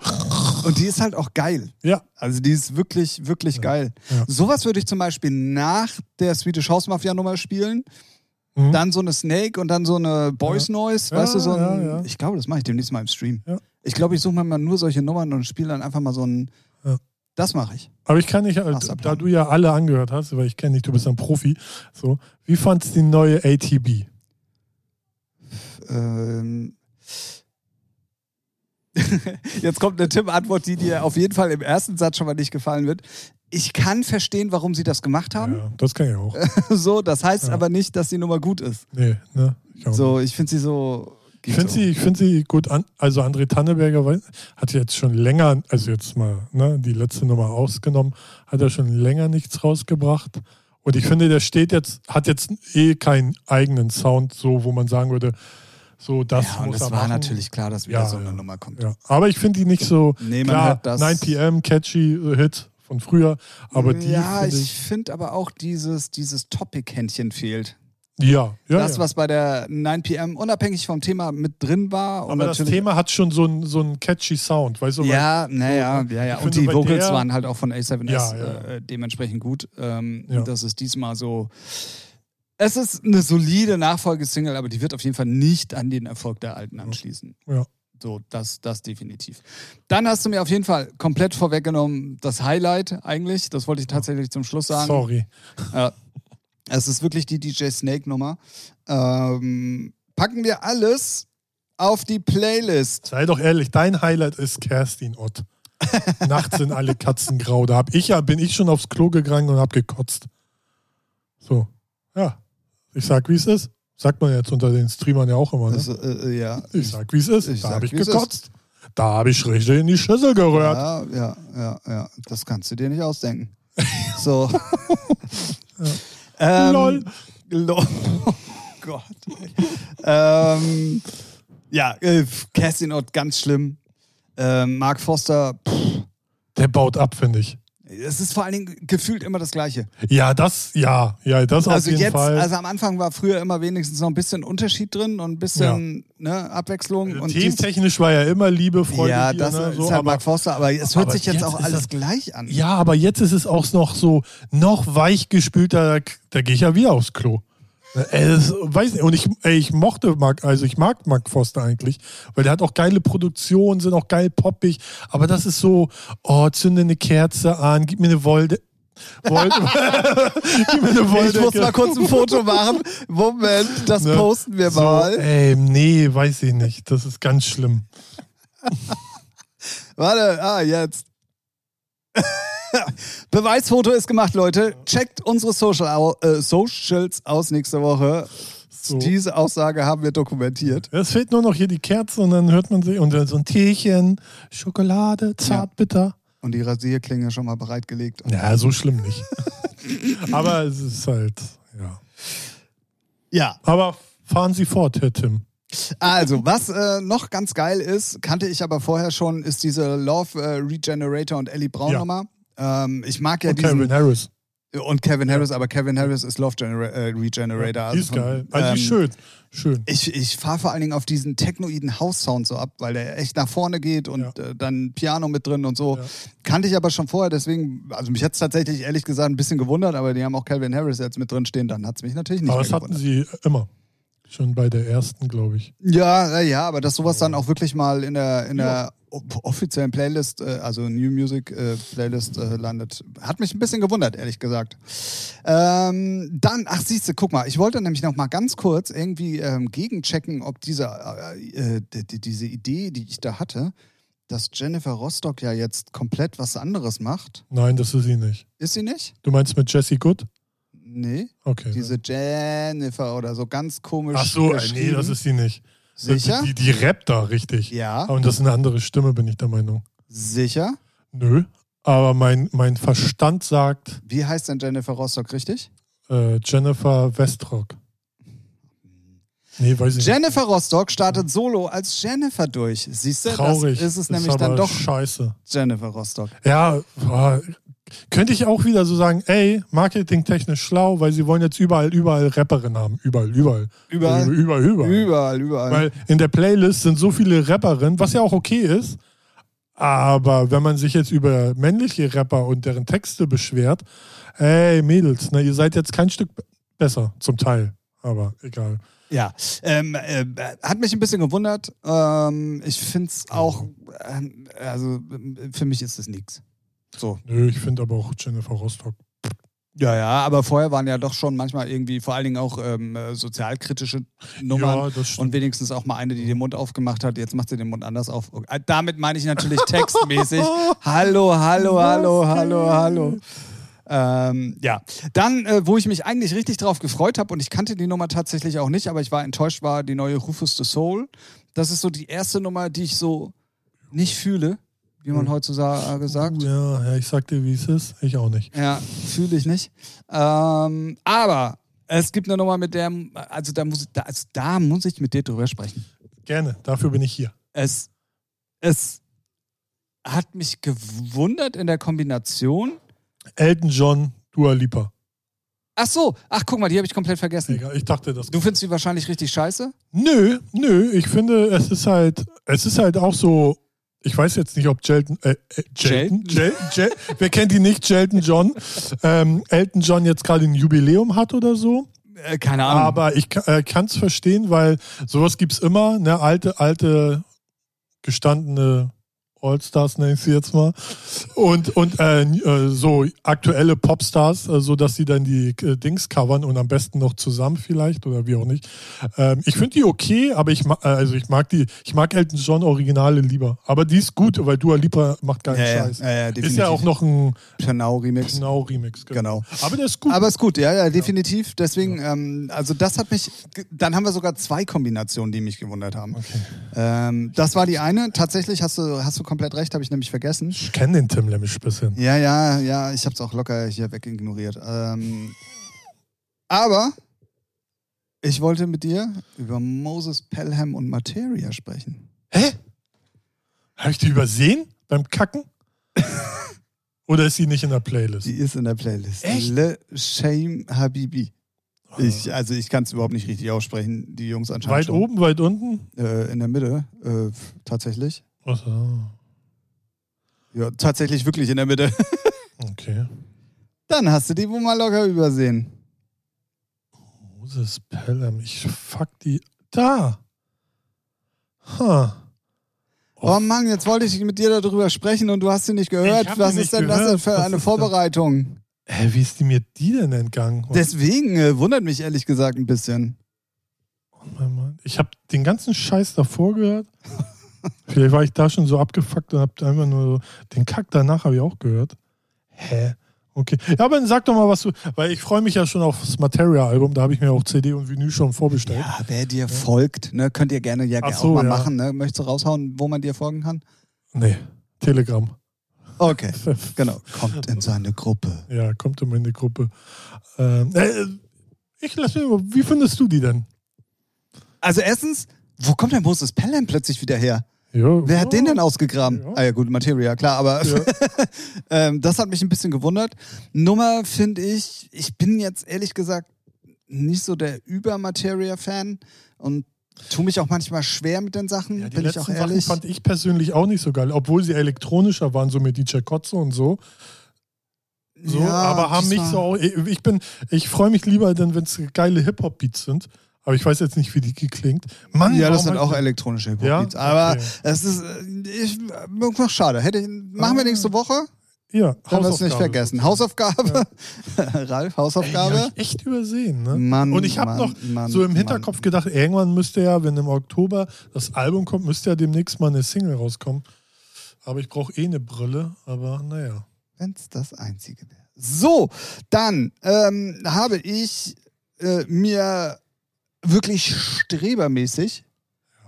Und die ist halt auch geil. Ja, Also die ist wirklich, wirklich geil. Ja. Sowas würde ich zum Beispiel nach der Swedish House Mafia Nummer spielen. Mhm. Dann so eine Snake und dann so eine Boys Noise. Ja, weißt du, so ein, ja, ja. Ich glaube, das mache ich demnächst mal im Stream. Ja. Ich glaube, ich suche mir mal nur solche Nummern und spiele dann einfach mal so ein. Ja. Das mache ich. aber ich kann nicht, äh, Masterplan. da du ja alle angehört hast, weil ich kenne dich, du bist ein Profi. So, wie fandst du die neue ATB? Ähm. Jetzt kommt eine Tim-Antwort, die dir auf jeden Fall im ersten Satz schon mal nicht gefallen wird. Ich kann verstehen, warum sie das gemacht haben. Ja, das kann ich auch. So, das heißt Ja. aber nicht, dass die Nummer gut ist. Nee, ne? Ich, auch nicht. So, ich finde sie so. ich finde sie, ich find sie gut an. Also André Tanneberger wei- hat jetzt schon länger, also jetzt mal ne, die letzte Nummer ausgenommen, hat er schon länger nichts rausgebracht. Und ich finde, der steht jetzt, hat jetzt eh keinen eigenen Sound, so wo man sagen würde, so das Ja, und muss es er war machen. natürlich klar, dass wieder Ja, so eine ja. Nummer kommt. Ja, aber ich finde die nicht so Nee, man klar. hört das- 9 PM catchy äh, Hit von früher, aber die ja, finde ich finde aber auch dieses, dieses Topic-Händchen fehlt. ja, ja, das, ja. was bei der 9pm unabhängig vom Thema mit drin war. und aber das natürlich- Thema hat schon so einen so einen catchy Sound, weißt du? weil- Ja, naja, ja, ja. Ich Und finde, die bei Vocals der- waren halt auch von A7S Ja, ja. Äh, dementsprechend gut. Ähm, Ja. Das ist diesmal so. Es ist eine solide Nachfolgesingle, aber die wird auf jeden Fall nicht an den Erfolg der alten anschließen. Ja. So, das, das definitiv. Dann hast du mir auf jeden Fall komplett vorweggenommen das Highlight eigentlich. Das wollte ich tatsächlich zum Schluss sagen. Sorry. Ja. Es ist wirklich die DJ Snake-Nummer. Ähm, packen wir alles auf die Playlist. Sei doch ehrlich, dein Highlight ist Kerstin Ott. Nachts sind alle Katzen grau. Da hab ich ja, bin ich schon aufs Klo gegangen und hab gekotzt. So. Ja. Ich sag, wie es ist. Sagt man jetzt unter den Streamern ja auch immer. Ne? Also, äh, äh, ja. Ich sag, wie es ist. ich Da sag, hab ich wie es ist. gekotzt. Da hab ich richtig in die Schüssel gerührt. Ja, ja, ja, ja. Das kannst du dir nicht ausdenken. So. ähm, Lol. Lol. Oh Gott. ey. ähm, ja, äh, Kerstin Ott, ganz schlimm. Ähm, Mark Foster, pff, Der baut ab, finde ich. es ist vor allen Dingen gefühlt immer das Gleiche. Ja, das, ja, ja, das also auf jeden jetzt, Fall. also am Anfang war früher immer wenigstens noch ein bisschen Unterschied drin und ein bisschen ne, Abwechslung. und dies- Thementechnisch war ja immer Liebe, Freude, Äh, ja, hier, das ne, ist so, halt aber, Mark Foster, aber es hört aber sich jetzt, jetzt auch ist alles das- gleich an. ja, aber jetzt ist es auch noch so, noch weichgespülter, da, da gehe ich ja wieder aufs Klo. Ey, das, weiß nicht. Und ich, ey, ich mochte Mark, also ich mag Mark Foster eigentlich, weil der hat auch geile Produktionen, sind auch geil poppig, aber das ist so, oh, zünde eine Kerze an, gib mir eine Wolde. Wolde gib mir eine Wolde. Ich muss mal kurz ein Foto machen. Moment, das Ne? posten wir so, mal. Ey, nee, weiß ich nicht. Das ist ganz schlimm. Warte, ah, jetzt. Beweisfoto ist gemacht, Leute. Checkt unsere Social au äh, Socials aus nächste Woche. So. Diese Aussage haben wir dokumentiert. Es fehlt nur noch hier die Kerze und dann hört man sie und dann so ein Teechen, Schokolade, zartbitter. Und die Rasierklinge schon mal bereitgelegt. Ja, so schlimm nicht. Aber es ist halt, ja. Ja, Aber fahren Sie fort, Herr Tim. also, was äh, noch ganz geil ist, kannte ich aber vorher schon, ist diese Love äh, Regenerator und Ellie Braun Ja. Nummer. Ähm, ich mag ja und diesen. Calvin Harris. Und Kevin Harris, aber Kevin Harris ist Love Genera äh, Regenerator. Die also ist von- geil. Also die ist ähm, schön. Schön. Ich, ich fahre vor allen Dingen auf diesen technoiden House-Sound so ab, weil der echt nach vorne geht und äh, dann Piano mit drin und so. Ja. Kannte ich aber schon vorher, deswegen, also mich hat es tatsächlich ehrlich gesagt ein bisschen gewundert, aber die haben auch Calvin Harris jetzt mit drin stehen, dann hat es mich natürlich nicht Aber mehr das hatten gewundert. sie immer. Schon bei der ersten, glaube ich. Ja, na ja, aber dass sowas dann auch wirklich mal in der, in der o- offiziellen Playlist, äh, also New Music äh, Playlist äh, landet, hat mich ein bisschen gewundert, ehrlich gesagt. Ähm, dann, ach siehste, guck mal, ich wollte nämlich noch mal ganz kurz irgendwie ähm, gegenchecken, ob diese, äh, äh, die, die- diese Idee, die ich da hatte, dass Jennifer Rostock ja jetzt komplett was anderes macht. Nein, das ist sie nicht. Ist sie nicht? Du meinst mit Jesse Good? Nee, Okay. diese Jennifer oder so ganz komisch. Ach so, äh, nee, geschrieben. das ist sie nicht. Sicher? Die, die, die rappt da richtig. Ja, Und das ist eine andere Stimme, bin ich der Meinung. sicher. Nö, aber mein, mein Verstand sagt Wie heißt denn Jennifer Rostock richtig? äh, Jennifer Westrock. Nee, weiß ich Jennifer Rostock startet solo als Jennifer durch. Siehst du, nicht. Traurig. das ist es Ist nämlich dann aber doch Scheiße. Jennifer Rostock. Ja, boah, könnte ich auch wieder so sagen, ey, marketingtechnisch schlau, weil sie wollen jetzt überall, überall Rapperin haben. Überall, überall. Überall. Überall, überall. Überall, überall. Weil in der Playlist sind so viele Rapperinnen, was ja auch okay ist. Aber wenn man sich jetzt über männliche Rapper und deren Texte beschwert, ey Mädels, na, ihr seid jetzt kein Stück be- besser, zum Teil. Aber egal. Ja, ähm, äh, hat mich ein bisschen gewundert. Ähm, ich finde es auch, ähm, also ähm, für mich ist es nichts. So. Nö, ich finde aber auch Jennifer Rostock. Ja, ja, aber vorher waren ja doch schon manchmal irgendwie vor allen Dingen auch ähm, äh, sozialkritische Nummern. ja, das stimmt. Und wenigstens auch mal eine, die den Mund aufgemacht hat. Jetzt macht sie den Mund anders auf. Äh, Damit meine ich natürlich textmäßig. hallo, hallo, hallo, hallo, hallo. Ähm, ja, dann, äh, wo ich mich eigentlich richtig drauf gefreut habe und ich kannte die Nummer tatsächlich auch nicht, aber ich war enttäuscht, war die neue Rufus the Soul. Das ist so die erste Nummer, die ich so nicht fühle, wie man Mhm. heutzutage sagt. Ja, ja, ich sag dir, wie es ist. Ich auch nicht. Ja, fühle ich nicht. Ähm, aber es gibt eine Nummer, mit der, also da muss, ich- da, also da muss ich mit dir drüber sprechen. Gerne, dafür bin ich hier. es, es hat mich gewundert in der Kombination. Elton John, Dua Lipa. Ach so, ach guck mal, die habe ich komplett vergessen. Egal, ich dachte, das Du findest die wahrscheinlich richtig scheiße? Nö, nö, ich finde, es ist halt, es ist halt auch so, ich weiß jetzt nicht, ob Jelton, äh, äh, Jelton, Jelton, Jelton wer kennt ihn nicht, Jelton John, ähm, Elton John jetzt gerade ein Jubiläum hat oder so, Äh, keine Ahnung. aber ich ka- äh, kann es verstehen, weil sowas gibt's immer, ne, alte, alte, gestandene Allstars nenne ich sie jetzt mal und, und äh, äh, so aktuelle Popstars, äh, so dass sie dann die äh, Dings covern und am besten noch zusammen vielleicht oder wie auch nicht. Ähm, ich finde die okay, aber ich mag, äh, also ich mag die, ich mag Elton John Originale lieber. Aber die ist gut, weil Dua Lipa macht ja, keinen ja, Scheiß. ja, ja, definitiv. ist ja auch noch ein Genau, Remix. genau Remix. Genau. Aber der ist gut. Aber ist gut, ja, ja, definitiv. Deswegen, ähm, also das hat mich, ge- dann haben wir sogar zwei Kombinationen, die mich gewundert haben. okay. Ähm, das war die eine, tatsächlich hast du, hast du komplett recht, habe ich nämlich vergessen. Ich kenne den Tim Lemisch ein bisschen. Ja, ja, ja, ich hab's auch locker hier wegignoriert. Ähm, aber ich wollte mit dir über Moses Pelham und Materia sprechen. Hä? Habe ich die übersehen beim Kacken? Oder ist sie nicht in der Playlist? Die ist in der Playlist. Echt? Äh. Le Shame Habibi. Ich, also ich kann es überhaupt nicht richtig aussprechen, die Jungs anscheinend. Weit schon. oben, weit unten? Äh, in der Mitte, äh, f- tatsächlich. Ach so, Ja, tatsächlich wirklich in der Mitte. okay. Dann hast du die wohl mal locker übersehen. Moses Pelham, ich fuck die. Da! Ha. Oh Mann, jetzt wollte ich mit dir darüber sprechen und du hast sie nicht gehört. Ich hab die Was nicht ist denn das gehört. denn für Was eine ist das? Vorbereitung? Hä, wie ist die mir die denn entgangen? Und- Deswegen äh, wundert mich ehrlich gesagt ein bisschen. Mann, Mann. Ich habe den ganzen Scheiß davor gehört. Vielleicht war ich da schon so abgefuckt und hab einfach nur so, den Kack danach habe ich auch gehört. Hä? Okay. Ja, aber dann sag doch mal, was du, weil ich freue mich ja schon aufs Materia-Album, da habe ich mir auch CD und Vinyl schon vorbestellt. Ja, wer dir folgt, ne, könnt ihr gerne ja Ach auch so, mal ja. machen. Ne? Möchtest du raushauen, wo man dir folgen kann? Nee, Telegram. Okay, genau. Kommt in seine Gruppe. Ja, kommt immer in die Gruppe. Ähm, äh, ich lasse mir, über- wie findest du die denn? Also erstens, wo kommt der Moses Pelham plötzlich wieder her? Ja, Wer hat den denn ausgegraben? Ja. Ah ja, gut, Materia, klar, aber Ja. ähm, das hat mich ein bisschen gewundert. Nummer finde ich, ich bin jetzt ehrlich gesagt nicht so der Über-Materia-Fan und tue mich auch manchmal schwer mit den Sachen, Ja, die bin ich letzten auch Sachen ehrlich. fand ich persönlich auch nicht so geil, obwohl sie elektronischer waren, so mit DJ Kotze und so. so Ja, aber haben mich diesmal- so, auch- ich bin, ich freue mich lieber, denn wenn es geile Hip-Hop-Beats sind, aber ich weiß jetzt nicht, wie die geklingt. Mann, Ja, das warum sind hab auch ich- elektronische hip Ja? beats Aber Okay. es ist äh, ich, irgendwas schade. Hätte ich, machen wir Ah. nächste Woche, Ja, dann wir es nicht Hausaufgabe. vergessen. Hausaufgabe, Ey, die Ralf, hab Hausaufgabe. ich echt übersehen, ne? Mann, und ich habe Mann, noch Mann, so im Hinterkopf Mann. gedacht, irgendwann müsste ja, wenn im Oktober das Album kommt, müsste ja demnächst mal eine Single rauskommen. Aber ich brauche eh eine Brille, aber naja. Wenn's das einzige wäre. So, dann ähm, habe ich äh, mir wirklich strebermäßig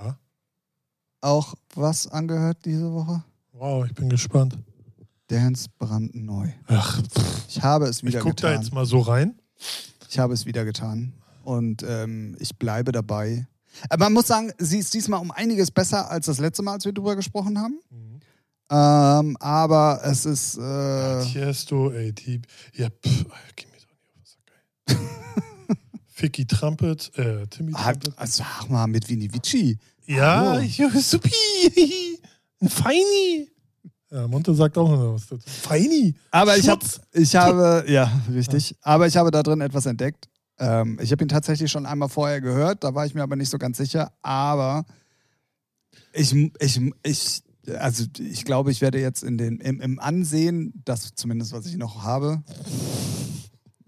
Ja. auch was angehört diese Woche. Wow, ich bin gespannt. Dance brandneu. Ach, pff, Ich habe es wieder ich guck da getan. jetzt mal so rein. Ich habe es wieder getan und ähm, ich bleibe dabei. Aber man muss sagen, sie ist diesmal um einiges besser als das letzte Mal, als wir drüber gesprochen haben. Mhm. Ähm, aber es ist. Äh, Tiesto, ey, die. Ja, pff, ey, geh mir doch nicht auf den Sack, ey. Ficky Trumpet, äh, Timmy hat, also, Trumpet. sag mal, mit Vini Vici. Ja, hallo. ich, supi. Ein Feini. Ja, Monte sagt auch noch was dazu. Feini! Aber ich, hab, Schmutz. ich habe, ja, richtig. Aber ich habe da drin etwas entdeckt. Ähm, ich habe ihn tatsächlich schon einmal vorher gehört, da war ich mir aber nicht so ganz sicher. Aber ich, ich, ich, also ich glaube, ich werde jetzt in den, im, im Ansehen, das zumindest, was ich noch habe,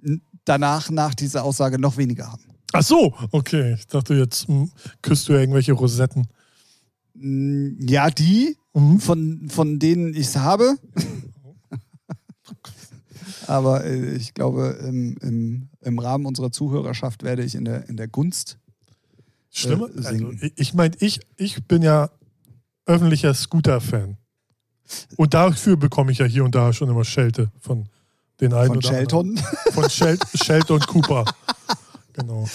n- danach, nach dieser Aussage noch weniger haben. Ach so, okay. Ich dachte, jetzt hm, küsst du irgendwelche Rosetten. Mm, Ja, die, Mhm. von, von denen ich es habe. Aber äh, ich glaube, im, im, im Rahmen unserer Zuhörerschaft werde ich in der, in der Gunst. Schlimmer? Äh, also, singen. ich ich meine, ich, ich bin ja öffentlicher Scooter-Fan. Und dafür bekomme ich ja hier und da schon immer Schelte von den einen Von oder Shelton. anderen. Von Shel Schelte und Cooper. Genau.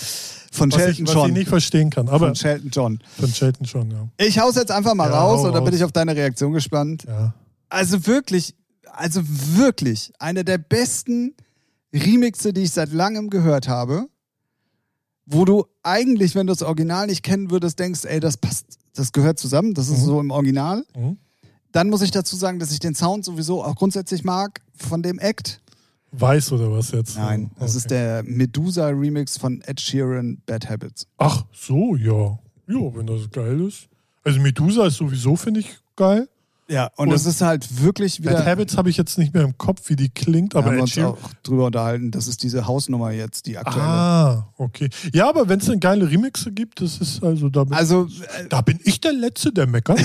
Von Was, ich, Shelton was ich John. nicht verstehen kann. Aber Von Shelton John. von Shelton schon, ja. Ich hau's jetzt einfach mal Ja, raus hau und dann bin raus. ich auf deine Reaktion gespannt. ja. Also wirklich, also wirklich, eine der besten Remixe, die ich seit langem gehört habe, wo du eigentlich, wenn du das Original nicht kennen würdest, denkst, ey, das passt, das gehört zusammen, das ist Mhm. so im Original. Mhm. Dann muss ich dazu sagen, dass ich den Sound sowieso auch grundsätzlich mag von dem Act. Weiß oder was jetzt? Nein, das Okay. ist der Medusa-Remix von Ed Sheeran Bad Habits. Ach so, ja. Ja, wenn das geil ist. Also Medusa ist sowieso, finde ich, geil. Ja, und, Und es ist halt wirklich wieder. Bad Habits habe ich jetzt nicht mehr im Kopf, wie die klingt, da aber haben wir Ed uns Sheeran- auch drüber unterhalten. Das ist diese Hausnummer jetzt, die aktuelle. Ah, okay. Ja, aber wenn es dann geile Remixe gibt, das ist also da bin, Also, äh, da bin ich der Letzte, der meckert.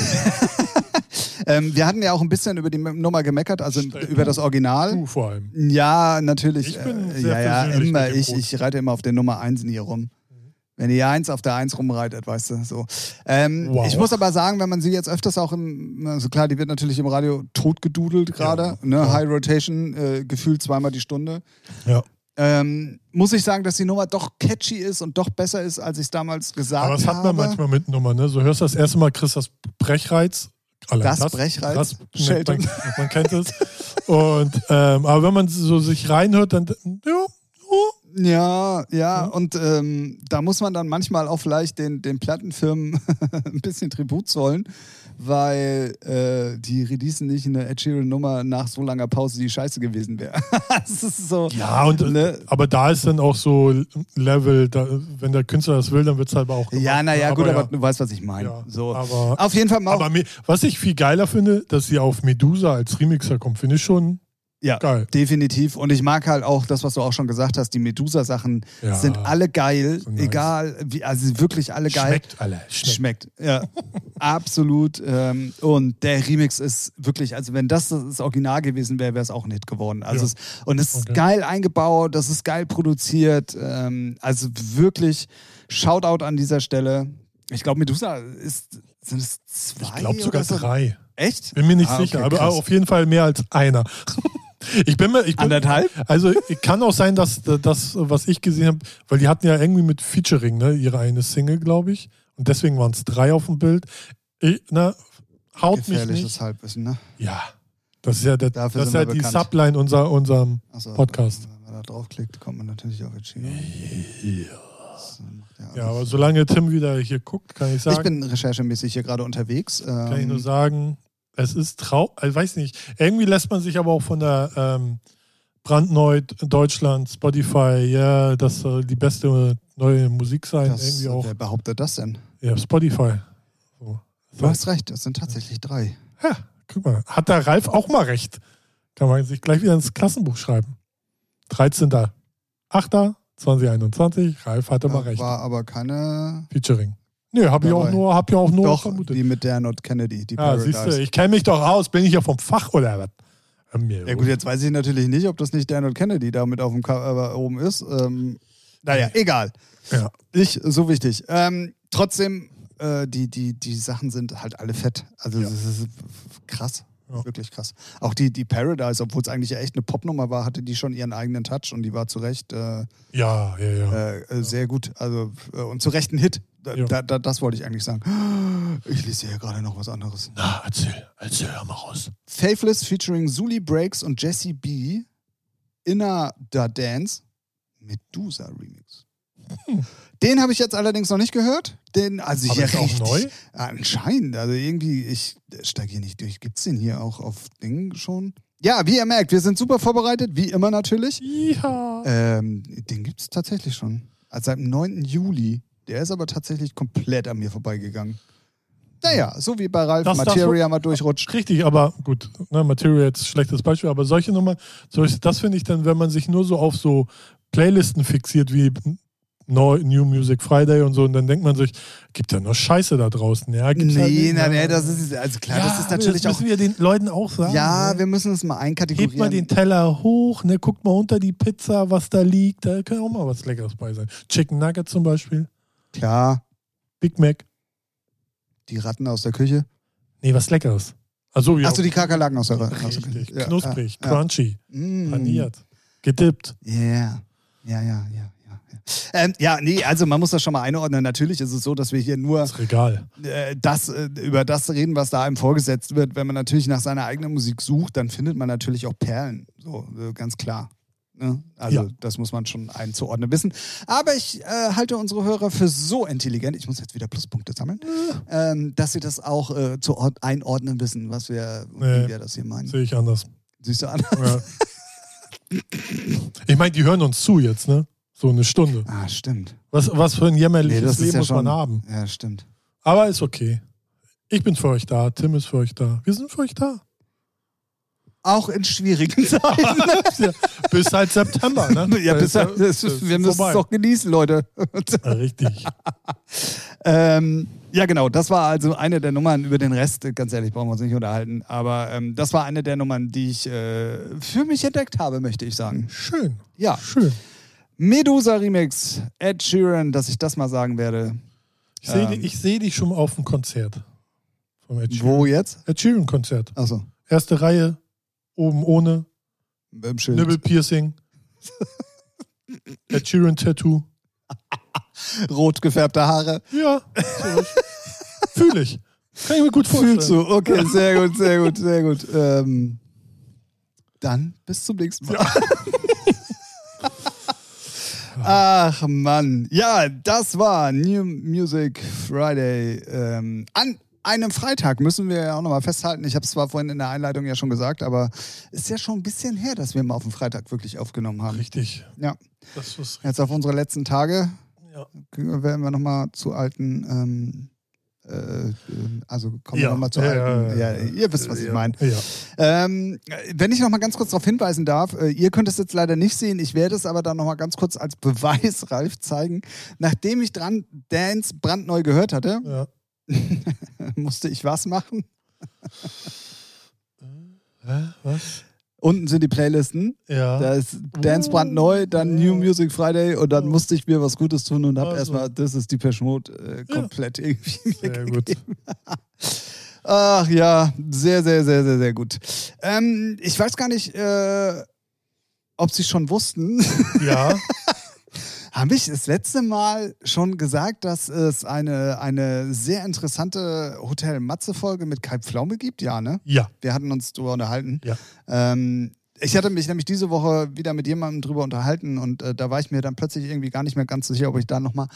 ähm, wir hatten ja auch ein bisschen über die Nummer gemeckert, also Stimmt. über das Original. du vor allem. Ja, natürlich. Ich bin äh, sehr ja, ja, persönlich immer. mit dem Mhm. Ich, Brot. ich reite immer auf der Nummer 1 in ihr rum. Wenn ihr eins auf der Eins rumreitet, weißt du, so. Ähm, Wow. Ich muss aber sagen, wenn man sie jetzt öfters auch im, also klar, die wird natürlich im Radio totgedudelt gerade, Ja, ne? klar. High Rotation, äh, gefühlt zweimal die Stunde. Ja. Ähm, muss ich sagen, dass die Nummer doch catchy ist und doch besser ist, als ich es damals gesagt Aber das hat man habe. manchmal mit Nummern, ne? So hörst du das erste Mal, kriegst das Brechreiz. Allein Das Brechreiz? Das nennt Scheltung. man, man kennt es. Und ähm, aber wenn man so sich reinhört, dann ja, oh, Ja, ja, und ähm, da muss man dann manchmal auch vielleicht den, den Plattenfirmen ein bisschen Tribut zollen, weil äh, die releasen nicht eine Ed Sheeran-Nummer nach so langer Pause, die scheiße gewesen wäre. das ist so. Ja, und äh, Ne? aber da ist dann auch so Level, da, wenn der Künstler das will, dann wird es halt aber auch gemacht. Ja, naja, Aber gut, aber ja, du weißt, was ich meine. Ja, so. aber- Auf jeden Fall mal. aber mir, was ich viel geiler finde, dass sie auf Medusa als Remixer kommt, finde ich schon ja, geil. definitiv. Und ich mag halt auch das, was du auch schon gesagt hast: die Medusa-Sachen Ja. sind alle geil, So nice. egal, wie, also wirklich alle geil. Schmeckt alle. Schmeckt. Schmeckt, ja. Absolut. Ähm, und der Remix ist wirklich, also wenn das das Original gewesen wäre, wäre es auch nicht geworden. Also Ja. es, und es ist Okay. geil eingebaut, das ist geil produziert. Ähm, also wirklich, Shoutout an dieser Stelle. Ich glaube, Medusa ist, sind es zwei? Ich glaube oder sogar so? drei. Echt? Bin mir nicht Ah, okay, sicher, aber krass. auf jeden Fall mehr als einer. Ich bin mir, ich bin, Anderthalb? also ich- kann auch sein, dass das, was ich gesehen habe, weil die hatten ja irgendwie mit Featuring, ne, ihre eine Single, glaube ich. Und deswegen waren es drei auf dem Bild. Ich, ne, haut mich Gefährliches nicht. Halbwissen, ne? Ja. Das ist ja, der, das Dafür ist sind ja wir die bekannt. Subline unser, unserem Achso, Podcast. Also, Wenn man da draufklickt, kommt man natürlich auf Echino. Ja, aber solange Tim wieder hier guckt, kann ich sagen, ich bin recherchemäßig hier gerade unterwegs. kann ich nur Ähm, sagen, es ist trau, also weiß nicht, irgendwie lässt man sich aber auch von der ähm, brandneu Deutschland, Spotify, ja, das soll die beste neue Musik sein, das, äh, irgendwie auch, wer behauptet das denn? ja, Spotify. So. Du hast recht, es sind tatsächlich drei. Ja, guck mal, hat der Ralf auch mal recht. Kann man sich gleich wieder ins Klassenbuch schreiben. 13. 8. 2021, Ralf hatte mal Da recht. Äh, war aber keine. Featuring. Nee, hab ich auch Dabei. nur, hab ich auch nur Doch, vermutet. Ah, die mit Dan und Kennedy, die ja, Paradise. siehst du, ich kenne mich doch aus, bin ich ja vom Fach oder was? Ähm, mir- ja gut, jetzt weiß ich natürlich nicht, ob das nicht Dan und Kennedy da mit auf dem Cover äh, oben ist. Ähm, naja, egal. Ja. Nicht so wichtig. Ähm, trotzdem, äh, die, die, die Sachen sind halt alle fett. Also das ist krass. Ja. Wirklich krass. Auch die, die Paradise, obwohl es eigentlich echt eine Popnummer war, hatte die schon ihren eigenen Touch und die war zu Recht äh, Ja, ja, ja. äh, äh, sehr gut. Also, äh, und zu Recht ein Hit. Da, Ja. da, da, das wollte ich eigentlich sagen. Ich lese hier gerade noch was anderes. Na, erzähl, erzähl hör mal raus. Faithless featuring Zuli Breaks und Jesse B. Inner Da Dance. Medusa Remix. Den habe ich jetzt allerdings noch nicht gehört. Den, also Hm. Aber hier ist er auch richtig. neu? Anscheinend. Also irgendwie, ich steige hier nicht durch. Gibt's den hier auch auf Dingen schon? Ja, wie ihr merkt, wir sind super vorbereitet, wie immer natürlich. Ja. Ähm, den gibt's tatsächlich schon. Also seit dem 9. Juli. Der ist aber tatsächlich komplett an mir vorbeigegangen. Naja, so wie bei Ralf Das darf Materia mal durchrutscht. Richtig, aber gut, ne, Material jetzt schlechtes Beispiel, aber solche Nummern, solche, das finde ich dann, wenn man sich nur so auf so Playlisten fixiert wie Neu- New Music Friday und so, und dann denkt man sich, gibt ja nur Scheiße da draußen. Ja, gibt's halt Nee, nicht, na, ne? nee, das ist, also klar, ja, das ist natürlich das auch. müssen wir den Leuten auch sagen. Ja, ne? wir müssen es mal einkategorieren. Hebt mal den Teller hoch, ne, guckt mal unter die Pizza, was da liegt, da kann auch mal was Leckeres bei sein. Chicken Nugget zum Beispiel, Klar, Big Mac, die Ratten aus der Küche. nee, was Leckeres. Also, ja, Achso, die Kakerlaken aus der aus der Küche. richtig, Ja, knusprig, ja, ja. crunchy, Mm. paniert, gedippt. Ja, ja, ja, ja. ja. ja. Ähm, ja, nee, also man muss das schon mal einordnen. Natürlich ist es so, dass wir hier nur Das Regal. äh, das, äh, über das reden, was da einem vorgesetzt wird. Wenn man natürlich nach seiner eigenen Musik sucht, dann findet man natürlich auch Perlen. So, äh, ganz klar. Ne? Also Ja. das muss man schon einzuordnen wissen. Aber ich äh, halte unsere Hörer für so intelligent, ich muss jetzt wieder Pluspunkte sammeln, Äh. ähm, dass sie das auch äh, zu ord- einordnen wissen, was wir, und Nee. wie wir das hier meinen. Sehe ich anders. Siehst du an? Ja. ich meine, die hören uns zu jetzt, ne? So eine Stunde. Ah, stimmt. Was, was für ein Nee, jämmerliches das ist Leben ja muss schon. man haben. Ja, stimmt. Aber ist okay. Ich bin für euch da, Tim ist für euch da. Wir sind für euch da. Auch in schwierigen Zeiten. Ja, bis halt September, ne? ja, Da bis, halt, ist das, ist wir müssen vorbei. es doch genießen, Leute. Ja, Richtig. ähm, ja, genau. Das war also eine der Nummern. Über den Rest, äh, ganz ehrlich, brauchen wir uns nicht unterhalten. Aber ähm, das war eine der Nummern, die ich äh, für mich entdeckt habe, möchte ich sagen. Schön. Ja. Schön. Medusa Remix, Ed Sheeran, dass ich das mal sagen werde. Ich sehe Ähm. dich, ich seh dich schon auf dem Konzert. Vom Ed Sheeran. Wo jetzt? Ed Sheeran Konzert. Achso, Erste Reihe, oben ohne, im Schild. Nibbelpiercing. Ed Sheeran Tattoo. Rot gefärbte Haare. Ja, so ist- fühle ich. Kann ich mir gut vorstellen. Fühlst du? Okay, sehr gut, sehr gut, sehr gut. Ähm, dann bis zum nächsten Mal. Ach Mann. Ja, das war New Music Friday. Ähm, an einem Freitag müssen wir ja auch nochmal festhalten. Ich habe es zwar vorhin in der Einleitung ja schon gesagt, aber ist ja schon ein bisschen her, dass wir mal auf dem Freitag wirklich aufgenommen haben. Richtig. Ja, Das ist jetzt auf unsere letzten Tage Ja. werden wir nochmal zu alten. Ähm, äh, also kommen wir Ja, nochmal zu ja, alten. ja, ja. ihr wisst, was ich ja, meine. Ja. Ähm, wenn ich noch mal ganz kurz darauf hinweisen darf, äh, ihr könnt es jetzt leider nicht sehen, ich werde es aber dann noch mal ganz kurz als Beweis, Ralf, zeigen. Nachdem ich dran Dance brandneu gehört hatte, ja. musste ich was machen. Hä? Was? Unten sind die Playlisten. Ja. Oh. Da ist Dance brandneu, dann New Music Friday und dann musste ich mir was Gutes tun und habe Also. erstmal Das ist Depeche Mode äh, komplett irgendwie Sehr gut. Ach ja, sehr, sehr, sehr, sehr, sehr gut. Ähm, ich weiß gar nicht, äh, ob Sie schon wussten. Ja. Habe ich das letzte Mal schon gesagt, dass es eine, eine sehr interessante Hotel Matze-Folge mit Kai Pflaume gibt? Ja, ne? Ja. Wir hatten uns drüber unterhalten. Ja. Ähm, ich hatte mich nämlich diese Woche wieder mit jemandem drüber unterhalten und äh, da war ich mir dann plötzlich irgendwie gar nicht mehr ganz sicher, ob ich da nochmal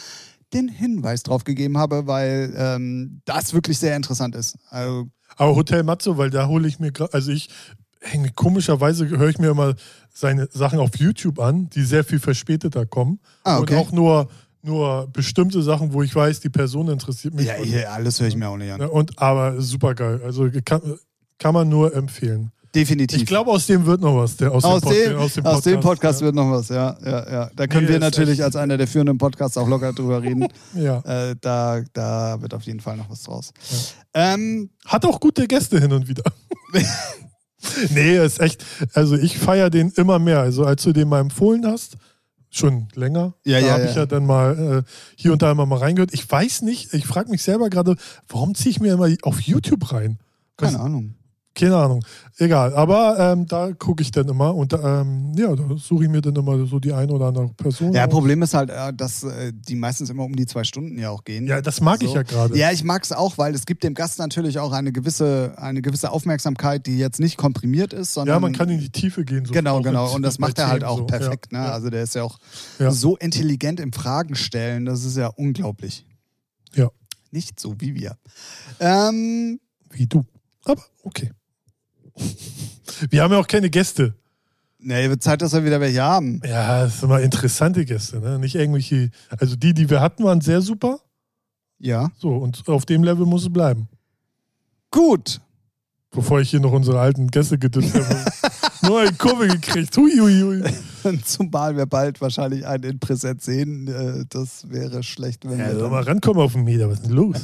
den Hinweis drauf gegeben habe, weil ähm, das wirklich sehr interessant ist. Also, Aber Hotel Matzo, weil da hole ich mir gra- also ich hänge komischerweise höre ich mir immer seine Sachen auf YouTube an, die sehr viel verspäteter kommen ah, okay. und auch nur nur bestimmte Sachen, wo ich weiß, die Person interessiert mich. ja, und, ja, alles höre ich mir auch nicht an. Ne, und aber super geil. Also kann, kann man nur empfehlen. Definitiv. Ich glaube, aus dem wird noch was. Der, aus, Aus dem, ne? Podcast, dem, aus dem Podcast, ja. wird noch was, ja. ja, ja. Da können Nee, wir ist natürlich echt- als einer der führenden Podcasts auch locker drüber reden. Ja. äh, da, da wird auf jeden Fall noch was draus. Ähm, Hat auch gute Gäste hin und wieder. nee, ist echt. Also ich feiere den immer mehr. Also als du den mal empfohlen hast, schon länger, Ja, da ja, habe ja. ich ja dann mal äh, hier und da immer mal reingehört. Ich weiß nicht, ich frage mich selber gerade, warum ziehe ich mir immer auf YouTube rein? keine Ahnung. Keine Ahnung. Egal. Aber ähm, da gucke ich dann immer und ähm, ja, da suche ich mir dann immer so die eine oder andere Person. Ja, raus. Problem ist halt, äh, dass äh, die meistens immer um die zwei Stunden ja auch gehen. ja das mag ich So. ja gerade. Ja, ich mag es auch, weil es gibt dem Gast natürlich auch eine gewisse, eine gewisse Aufmerksamkeit, die jetzt nicht komprimiert ist, sondern. Ja, man kann in die Tiefe gehen. So Genau, auch genau. mit- Und das bei macht er halt Themen auch so. perfekt. Ja, Ne? ja. Also der ist ja auch Ja. so intelligent im Fragen stellen. Das ist ja unglaublich. Ja. Nicht so wie wir. Ähm, Wie du. Aber okay. Wir haben ja auch keine Gäste. ne, wird Zeit, dass wir wieder welche haben. Ja, das sind mal interessante Gäste, ne? Nicht irgendwelche. Also die, die wir hatten, waren sehr super. Ja. So, und auf dem Level muss es bleiben. Gut. Bevor ich hier noch unsere alten Gäste gedünstet habe. Nur eine Kurve gekriegt. Hui, hui, hui. Zumal wir bald wahrscheinlich einen in Präsenz sehen. Äh, Das wäre schlecht, wenn Ja, wir. soll dann- mal rankommen auf den Meter. Was ist denn los?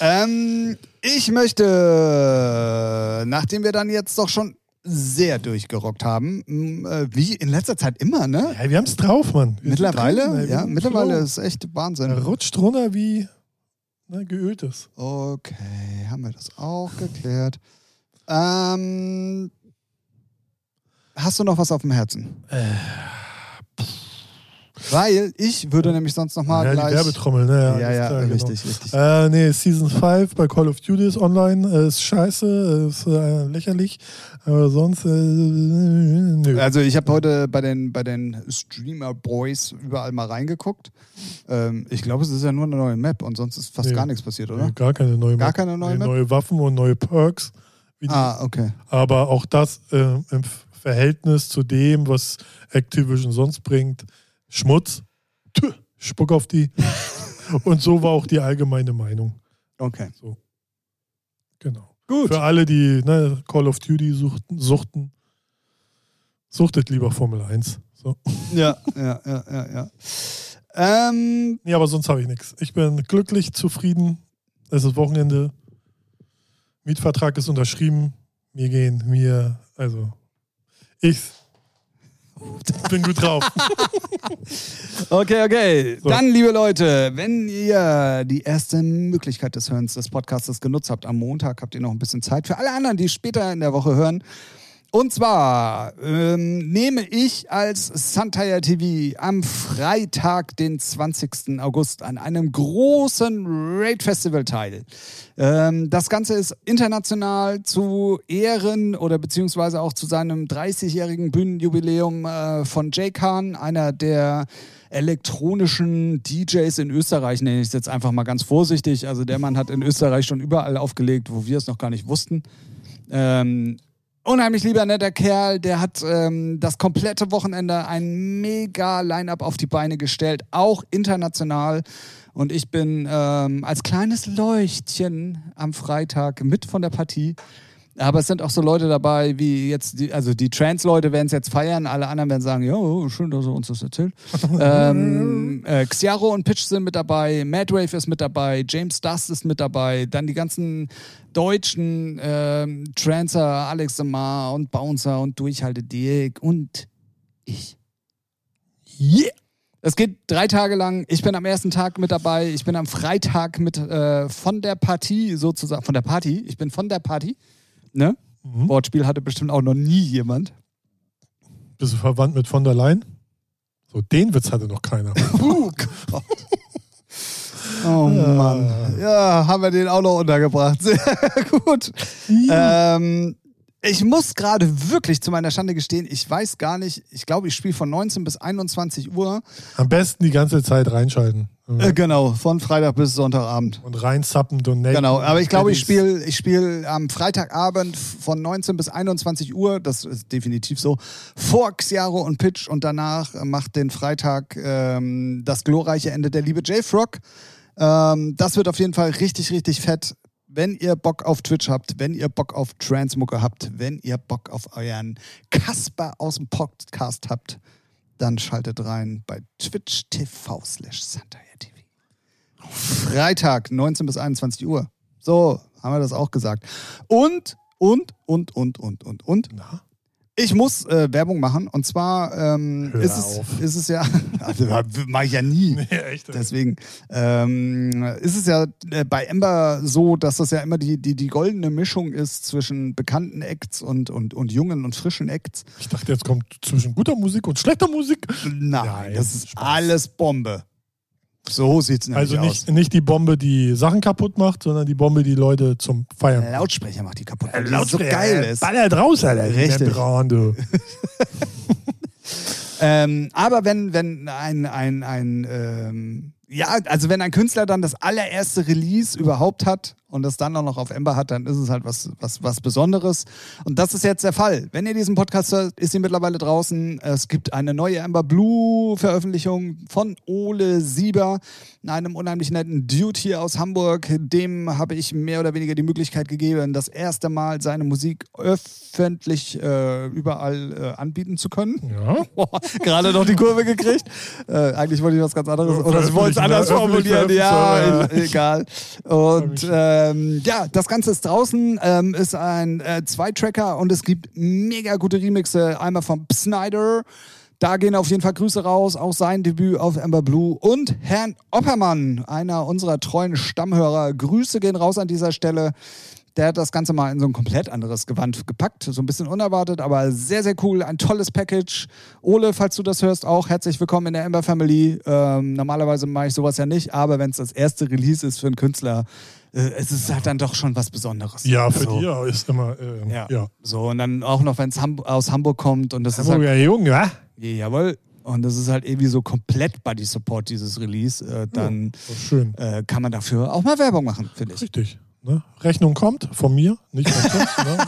Ähm, ich möchte, nachdem wir dann jetzt doch schon sehr durchgerockt haben, m, äh, wie in letzter Zeit immer, ne? Ja, wir haben es drauf, Mann. Wir sind drin, Mittlerweile, ey. Wir ja, sind mittlerweile schlau. ist echt Er Wahnsinn. rutscht runter wie ne, geöltes. Okay, haben wir das auch geklärt. Ähm, hast du noch was auf dem Herzen? Äh, Weil ich würde nämlich sonst nochmal ja, gleich. die Werbetrommel, ne? ja, ja, alles klar, genau. richtig, richtig. Äh, nee, Season 5 bei Call of Duty ist online, äh, ist scheiße, ist äh, lächerlich, aber sonst, äh, nö. Also ich habe heute bei den, bei den Streamer Boys überall mal reingeguckt. Ähm, ich glaube, es ist ja nur eine neue Map und sonst ist fast Nee. gar nichts passiert, Nee, oder? Gar keine neue Gar Map. keine neue Nee, Map? neue Waffen und neue Perks. Wie die- Ah, okay. Aber auch das äh, im F- Verhältnis zu dem, was Activision sonst bringt, Schmutz, tü, Spuck auf die. und so war auch die allgemeine Meinung. Okay. Genau. Gut. Für alle, die ne, Call of Duty suchten, suchten, suchtet lieber Formel 1. So. Ja, ja, ja, ja, ja. Ähm, Nee, aber sonst habe ich nichts. Ich bin glücklich, zufrieden. Es ist Wochenende. Mietvertrag ist unterschrieben. Mir gehen, mir, also ich bin gut drauf. okay, okay. So. Dann, liebe Leute, wenn ihr die erste Möglichkeit des Hörens des Podcastes genutzt habt, am Montag habt ihr noch ein bisschen Zeit. Für alle anderen, die später in der Woche hören, Und zwar ähm, nehme ich als Suntire TV am Freitag, den 20. August, an einem großen Raid Festival teil. Ähm, das Ganze ist international zu Ehren oder beziehungsweise auch zu seinem 30-jährigen Bühnenjubiläum äh, von Jay Khan, einer der elektronischen DJs in Österreich, nenne ich es jetzt einfach mal ganz vorsichtig. Also der Mann hat in Österreich schon überall aufgelegt, wo wir es noch gar nicht wussten. Ähm, unheimlich lieber netter Kerl, der hat ähm, das komplette Wochenende ein mega Line-up auf die Beine gestellt, auch international. Und ich bin ähm, als kleines Leuchtchen am Freitag mit von der Partie. Aber es sind auch so Leute dabei, wie jetzt, die, also die Trans-Leute werden es jetzt feiern, alle anderen werden sagen, jo, schön, dass er uns das erzählt. ähm, äh, Xiaro und Pitch sind mit dabei, Madwave ist mit dabei, James Dust ist mit dabei, dann die ganzen deutschen ähm, Trancer, Alex Samar und Bouncer und Durchhalte Dirk und ich. Yeah! Es geht drei Tage lang. Ich bin am ersten Tag mit dabei. Ich bin am Freitag mit äh, von der Partie sozusagen. Von der Party. Ich bin von der Party. Ne? Mhm. Wortspiel hatte bestimmt auch noch nie jemand. Bist du verwandt mit von der Leyen? So, den Witz hatte noch keiner. Oh Gott. Oh Mann. Ja, haben wir den auch noch untergebracht. Sehr gut. Ähm, ich muss gerade wirklich zu meiner Schande gestehen, ich weiß gar nicht, ich glaube, ich spiele von 19 bis 21 Uhr. Am besten die ganze Zeit reinschalten. Äh, genau, von Freitag bis Sonntagabend. Und reinsappen, donaten. Genau, aber ich glaube, ich Eddies. spiele ich spiel am Freitagabend von 19 bis 21 Uhr, das ist definitiv so, vor Xiaro und Pitch und danach macht den Freitag ähm, das glorreiche Ende der liebe J-Frog. Ähm, das wird auf jeden Fall richtig, richtig fett. Wenn ihr Bock auf Twitch habt, wenn ihr Bock auf Transmucke habt, wenn ihr Bock auf euren Kasper aus dem Podcast habt, dann schaltet rein bei twitch TV slash TV. Freitag, 19 bis 21 Uhr. So, haben wir das auch gesagt. Und, und, und, und, und, und, und. Na? Ich muss äh, Werbung machen und zwar ähm, Hör ist, es, auf. ist es ja, also, mache ich ja nie. Nee, echt. Deswegen ähm, ist es ja äh, bei Ember so, dass das ja immer die, die, die goldene Mischung ist zwischen bekannten Acts und, und, und jungen und frischen Acts. Ich dachte, jetzt kommt zwischen guter Musik und schlechter Musik. Nein, Nein, das ist Spaß. alles Bombe. So sieht's nämlich Also aus. nicht, nicht die Bombe, die Sachen kaputt macht, sondern die Bombe, die Leute zum Feiern. Lautsprecher macht die kaputt, weil die so geil ist. Ballert raus, Alter. Richtig. Der Braun, du. Ähm, aber wenn, wenn ein, ein, ein ähm, ja, also wenn ein Künstler dann das allererste Release überhaupt hat und das dann auch noch auf Ember hat, dann ist es halt was, was, was Besonderes. Und das ist jetzt der Fall. Wenn ihr diesen Podcast hört, ist sie mittlerweile draußen. Es gibt eine neue Ember Blue-Veröffentlichung von Ole Sieber, einem unheimlich netten Dude hier aus Hamburg. Dem habe ich mehr oder weniger die Möglichkeit gegeben, das erste Mal seine Musik öffentlich äh, überall äh, anbieten zu können. Ja. Boah, gerade noch die Kurve gekriegt. Äh, eigentlich wollte ich was ganz anderes. Oder ich wollte es Veröffentlichen, anders ne? formulieren. Öffentlich Ja, veröffentlichen, e- egal. Und ähm, ja, das Ganze ist draußen. Ähm, ist ein äh, Zwei-Tracker und es gibt mega gute Remixe. Einmal von Snyder. Da gehen auf jeden Fall Grüße raus. Auch sein Debüt auf Amber Blue. Und Herrn Oppermann, einer unserer treuen Stammhörer. Grüße gehen raus an dieser Stelle. Der hat das Ganze mal in so ein komplett anderes Gewand gepackt. So ein bisschen unerwartet, aber sehr, sehr cool. Ein tolles Package. Ole, falls du das hörst, auch herzlich willkommen in der Ember Family. Ähm, normalerweise mache ich sowas ja nicht, aber wenn es das erste Release ist für einen Künstler, äh, es ist halt dann doch schon was Besonderes. Ja, für so. die ja, ist immer. ähm, Ja. ja. So, und dann auch noch, wenn es Hamb aus Hamburg kommt und das ist halt Hamburger Jung, ja? Jawohl. Und das ist halt irgendwie so komplett Buddy Support, dieses Release. Oh. Äh, dann So schön. äh, kann man dafür auch mal Werbung machen, finde ich. Richtig. Ne? Rechnung kommt von mir, nicht von Tim. ne?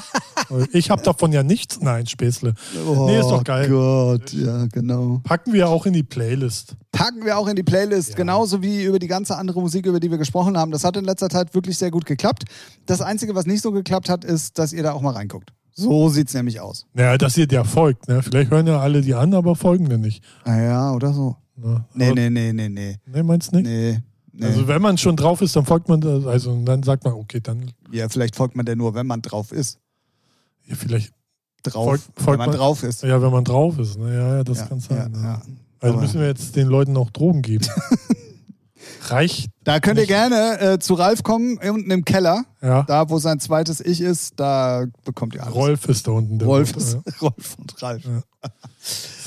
Weil Ich habe davon ja nichts. Nein, Späßle. nee, ist doch geil. Oh Gott, ja, genau. Packen wir auch in die Playlist. Packen wir auch in die Playlist, genauso wie über die ganze andere Musik, über die wir gesprochen haben. Das hat in letzter Zeit wirklich sehr gut geklappt. Das Einzige, was nicht so geklappt hat, ist, dass ihr da auch mal reinguckt. So sieht's nämlich aus. Naja, dass ihr der folgt. Ne? Vielleicht hören ja alle die an, aber folgen wir nicht. Ah ja, oder so. Ne? Nee, Aber- nee, nee, nee, nee. Nee, meinst nicht? Nee. nee. Also wenn man schon drauf ist, dann folgt man, das- also und dann sagt man, okay, dann ja, vielleicht folgt man der nur, wenn man drauf ist. ja, vielleicht, Drauf. Folgt- folgt wenn man man- drauf ist. ja, wenn man drauf ist, ne? ja, ja, das Ja, kann sein. ja, ne? ja. Also Aber- müssen wir jetzt den Leuten auch Drogen geben. Reicht, Da könnt ihr gerne äh, zu Ralf kommen, unten im Keller. ja. Da, wo sein zweites Ich ist, da bekommt ihr alles. Rolf ist da unten. Der Rolf, Hund, ist, ja, Rolf und Ralf.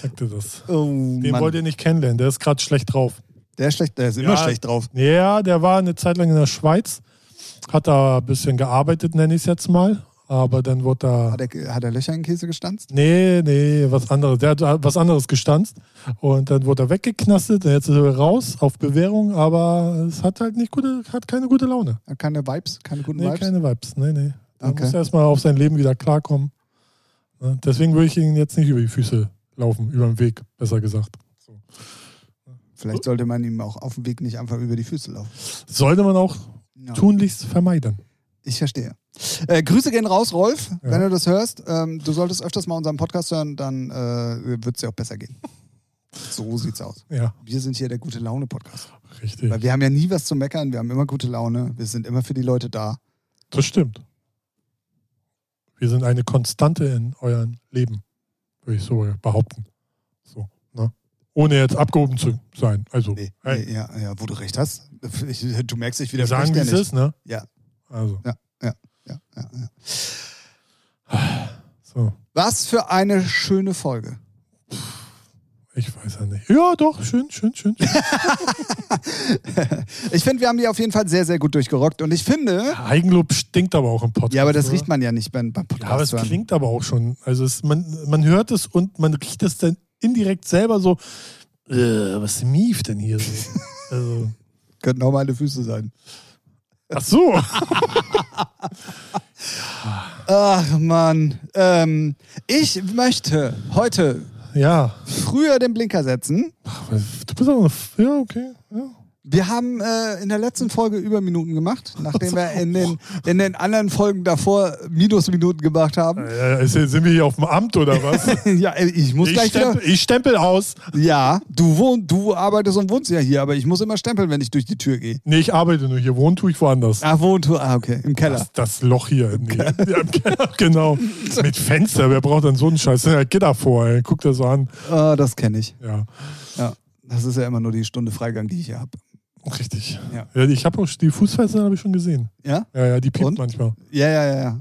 sagte das. Oh, Den Mann. wollt ihr nicht kennenlernen, der ist gerade schlecht drauf. Der ist, schlecht, der ist immer Ja. schlecht drauf. Ja, der war eine Zeit lang in der Schweiz, hat da ein bisschen gearbeitet, nenne ich es jetzt mal. Aber dann wurde er Hat er, hat er Löcher in den Käse gestanzt? Nee, nee, was anderes. Der hat was anderes gestanzt und dann wurde er weggeknastet. und Jetzt ist er raus auf Bewährung, aber es hat halt nicht gute, hat keine gute Laune. Hat Keine Vibes, keine guten Nee, Vibes? keine Vibes. Nee, nee. Da Okay. muss er erstmal auf sein Leben wieder klarkommen. Ne? Deswegen würde ich ihn jetzt nicht über die Füße laufen, über den Weg, besser gesagt. Vielleicht sollte man ihm auch auf dem Weg nicht einfach über die Füße laufen. Sollte man auch Ja. tunlichst vermeiden. Ich verstehe. Äh, Grüße gehen raus, Rolf, Ja. wenn du das hörst. Ähm, du solltest öfters mal unseren Podcast hören, dann äh, wird es dir auch besser gehen. So sieht's aus. Ja, Wir sind hier der gute Laune-Podcast. richtig. Weil wir haben ja nie was zu meckern, wir haben immer gute Laune, wir sind immer für die Leute da. Das stimmt. Wir sind eine Konstante in euren Leben, würde ich so behaupten. So, ne? Ohne jetzt abgehoben zu sein. Also, Nee, hey, nee, ja, ja, wo du recht hast. Ich, du merkst, ich wir sagen, widerspreche wie es dir nicht. ist, ne? Ja. Also, Ja, ja, ja. so. Was für eine schöne Folge. Ich weiß ja nicht. Ja, doch, schön, schön, schön. schön. Ich finde, wir haben die auf jeden Fall sehr, sehr gut durchgerockt. Und ich finde, Eigenlob stinkt aber auch im Podcast. ja, aber das oder? riecht man ja nicht beim, beim Ja, Podcast. aber es hören. klingt aber auch schon. Also, es, man, man hört es und man riecht es dann indirekt selber so. Äh, was mief denn hier so? Also. Könnten auch meine Füße sein. Ach so. Ach, Mann. Ähm, ich möchte heute Ja. früher den Blinker setzen. Du bist auch eine. F ja, okay. Ja. Wir haben äh, in der letzten Folge Überminuten gemacht, nachdem wir in den, in den anderen Folgen davor Minusminuten gemacht haben. Äh, ist- sind wir hier auf dem Amt oder was? ja, ey, ich muss Äh. ich, gleich wieder. stempel, ich stempel aus. Ja, du wohnst, du arbeitest und wohnst ja hier, aber ich muss immer stempeln, wenn ich durch die Tür gehe. Nee, ich arbeite nur hier. Wohnen tue ich woanders. Ah, wohnt du? Ah, okay, im Keller. Das, das Loch hier. Nee. Ja, im Keller, genau. Mit Fenster. Wer braucht denn so einen Scheiß? Da sind ja Gitter vor, ey. Guck das so an. Ah, das kenne ich. Ja, Ja, das ist ja immer nur die Stunde Freigang, die ich hier habe. richtig. Ja. Ja, ich habe auch die Fußfessel habe ich schon gesehen. Ja? Ja, ja, die piept Und? manchmal. Ja, ja, ja, ja.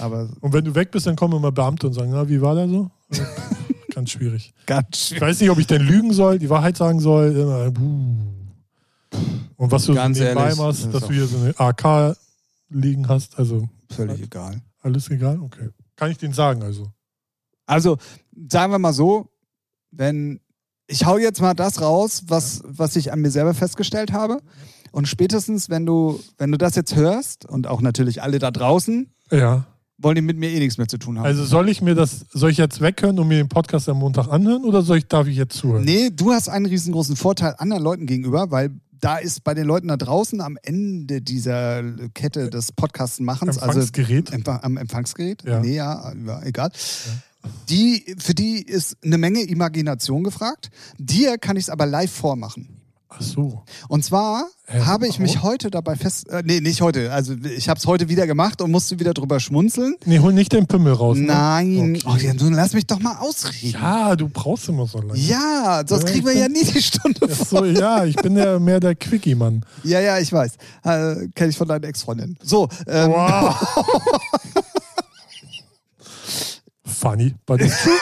Aber Und wenn du weg bist, dann kommen immer Beamte und sagen, na, wie war der so? Also, Ganz schwierig. ganz Ich schön. weiß nicht, ob ich denn lügen soll, die Wahrheit sagen soll. Äh, buh. Und was du Ganz so nebenbei ehrlich, das machst, ist dass auch- du hier so eine AK liegen hast, also Völlig egal. alles egal, okay. Kann ich denen sagen, also. Also, sagen wir mal so, wenn ich hau jetzt mal das raus, was, was ich an mir selber festgestellt habe. Und spätestens, wenn du, wenn du das jetzt hörst, und auch natürlich alle da draußen, Ja. wollen die mit mir eh nichts mehr zu tun haben. Also soll ich mir das, soll ich jetzt weghören und mir den Podcast am Montag anhören oder soll ich, darf ich jetzt zuhören? Nee, du hast einen riesengroßen Vorteil anderen Leuten gegenüber, weil da ist bei den Leuten da draußen am Ende dieser Kette des Podcasten-Machens, also Empfangsgerät? Empfa- am Empfangsgerät, Ja. nee, ja, ja, egal. Die, für die ist eine Menge Imagination gefragt. Dir kann ich es aber live vormachen. Ach so. Und zwar Hä, habe ich mich warum? heute dabei fest, äh, nee, nicht heute, also ich habe es heute wieder gemacht und musste wieder drüber schmunzeln. Nee, hol nicht den Pimmel raus. ne? Nein, Okay. oh, ja, nun lass mich doch mal ausreden. Ja, Ah, du brauchst immer so lange. Ja, sonst Ja, kriegen wir ich ja nie die Stunde Ach so, ja, ich bin ja mehr der Quickie-Mann. Ja, ja, ich weiß. Äh, Kenne ich von deinen Ex-Freundinnen. So, ähm, Wow. Funny. but it's true.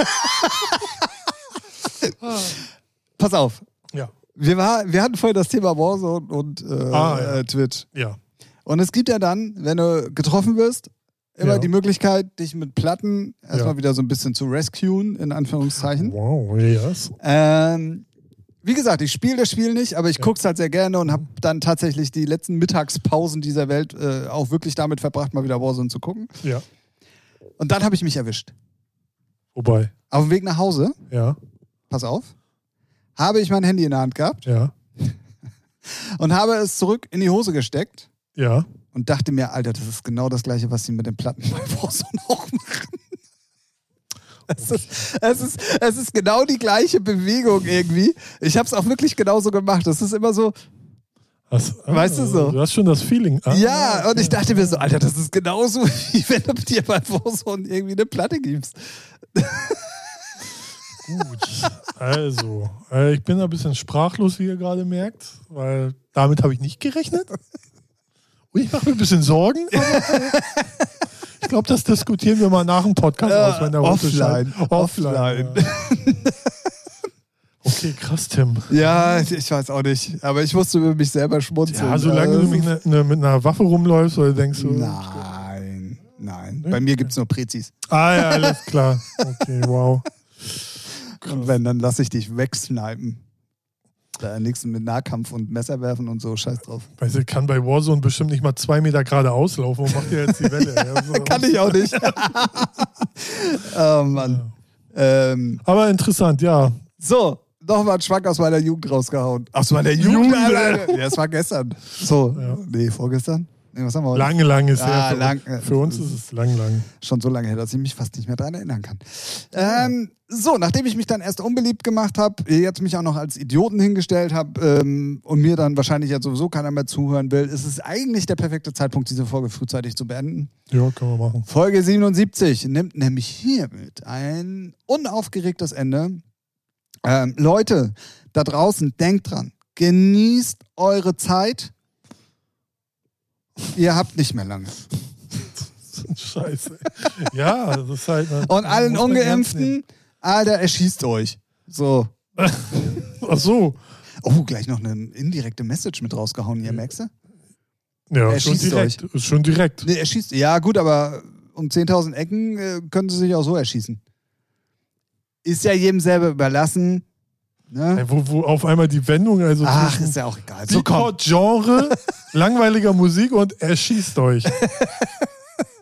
pass auf. ja. Wir, war, wir hatten vorher das Thema Warzone und äh, Ah, ja. äh, Twitch. Ja. Und es gibt ja dann, wenn du getroffen wirst, immer Ja. die Möglichkeit, dich mit Platten erstmal Ja. wieder so ein bisschen zu rescuen, in Anführungszeichen. Wow, yes. Ähm, wie gesagt, ich spiele das Spiel nicht, aber ich guck's halt sehr gerne und habe dann tatsächlich die letzten Mittagspausen dieser Welt äh, auch wirklich damit verbracht, mal wieder Warzone zu gucken. Ja. Und dann habe ich mich erwischt. Wobei, Auf dem Weg nach Hause, ja, pass auf, habe ich mein Handy in der Hand gehabt. ja, und habe es zurück in die Hose gesteckt ja. und dachte mir, Alter, das ist genau das gleiche, was sie mit den Platten bei Warzone auch machen. Es ist, es, ist, es ist genau die gleiche Bewegung irgendwie. Ich habe es auch wirklich genauso gemacht. Das ist immer so, Hast, ah, Weißt du so? Du hast schon das Feeling. Ah, ja, und ich dachte mir so, Alter, das ist genauso, wie wenn du dir bei Warzone irgendwie eine Platte gibst. Gut. Also, äh, ich bin ein bisschen sprachlos, wie ihr gerade merkt, weil damit habe ich nicht gerechnet. Und ich mache mir ein bisschen Sorgen. aber, äh, Ich glaube, das diskutieren wir mal nach dem Podcast Ja, aus, wenn der Hund offline, scheint. Offline. offline. ja. Okay, krass, Tim. Ja, ich weiß auch nicht. Aber ich musste über mich selber schmunzeln. Ja, solange Also, du mit einer- ne, mit einer Waffe rumläufst oder denkst du. Nein, nein. Bei mir gibt es nur Prezis. Ah ja, alles klar. Okay, wow. Und wenn, dann lass ich dich wegsnipen. Da nichts mit Nahkampf und Messer werfen und so, scheiß drauf. Weißt du, kann bei Warzone bestimmt nicht mal zwei Meter geradeaus laufen und macht dir jetzt die Welle. ja, so. Kann ich auch nicht. oh Mann. Ähm, Aber interessant, ja. so, nochmal einen Schwank aus meiner Jugend rausgehauen. Aus meiner Jugend, Alter. Ja, das war gestern. So, nee, vorgestern? Nee, was haben wir heute? Lange, lang ist her. Ah, Für, lang. für uns ist es lang, lang. Schon so lange her, dass ich mich fast nicht mehr daran erinnern kann. Ähm, so, nachdem ich mich dann erst unbeliebt gemacht habe, jetzt mich auch noch als Idioten hingestellt habe ähm, und mir dann wahrscheinlich jetzt sowieso keiner mehr zuhören will, ist es eigentlich der perfekte Zeitpunkt, diese Folge frühzeitig zu beenden. Ja, können wir machen. Folge 77 nimmt nämlich hiermit ein unaufgeregtes Ende. Ähm, Leute, da draußen, denkt dran, genießt eure Zeit. Ihr habt nicht mehr lange. Scheiße. Ja, das ist halt. Und allen muss man ernst Ungeimpften, Alter, erschießt euch. So. nehmen. Ach so. Oh, gleich noch eine indirekte Message mit rausgehauen, ihr merkst du? Ja, Er schon schießt direkt. Ist Schon direkt. Nee, erschießt. Ja, gut, aber um 10.000 Ecken äh, können sie sich auch so erschießen. Ist ja jedem selber überlassen. Ne? Ey, Wo, wo auf einmal die Wendung, also Ach, zwischen ist ja auch egal. So komm. Genre, langweiliger Musik und erschießt euch.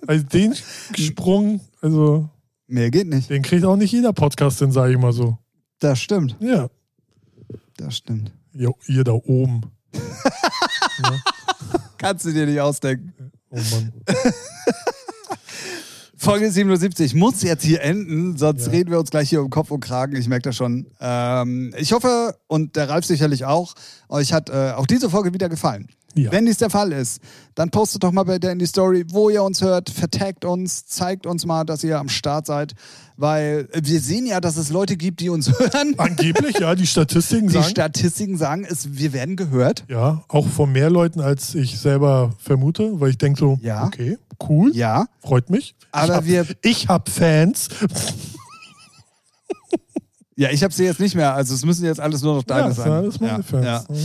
Also den Sprung, also Mehr geht nicht. den kriegt auch nicht jeder Podcast hin, sage ich mal so. Das stimmt. Ja, Das stimmt. jo, ihr da oben. ne? Kannst du dir nicht ausdenken. Oh Mann. Folge 77 muss jetzt hier enden, sonst Ja. reden wir uns gleich hier um Kopf und Kragen. Ich merke das schon. Ähm, ich hoffe, und der Ralf sicherlich auch, euch hat äh, auch diese Folge wieder gefallen. Ja. Wenn dies der Fall ist, dann postet doch mal bei der in die Story, wo ihr uns hört, vertagt uns, zeigt uns mal, dass ihr am Start seid, weil wir sehen ja, dass es Leute gibt, die uns hören. Angeblich, ja, die Statistiken Die sagen. Statistiken sagen, es, wir werden gehört. ja, auch von mehr Leuten, als ich selber vermute, weil ich denke so, Ja. okay, cool, Ja, freut mich. aber ich wir. hab, ich hab Fans. Ja, ich habe sie jetzt nicht mehr. Also es müssen jetzt alles nur noch deine ja, sein. das sind meine ja, Fans. Ja. ne?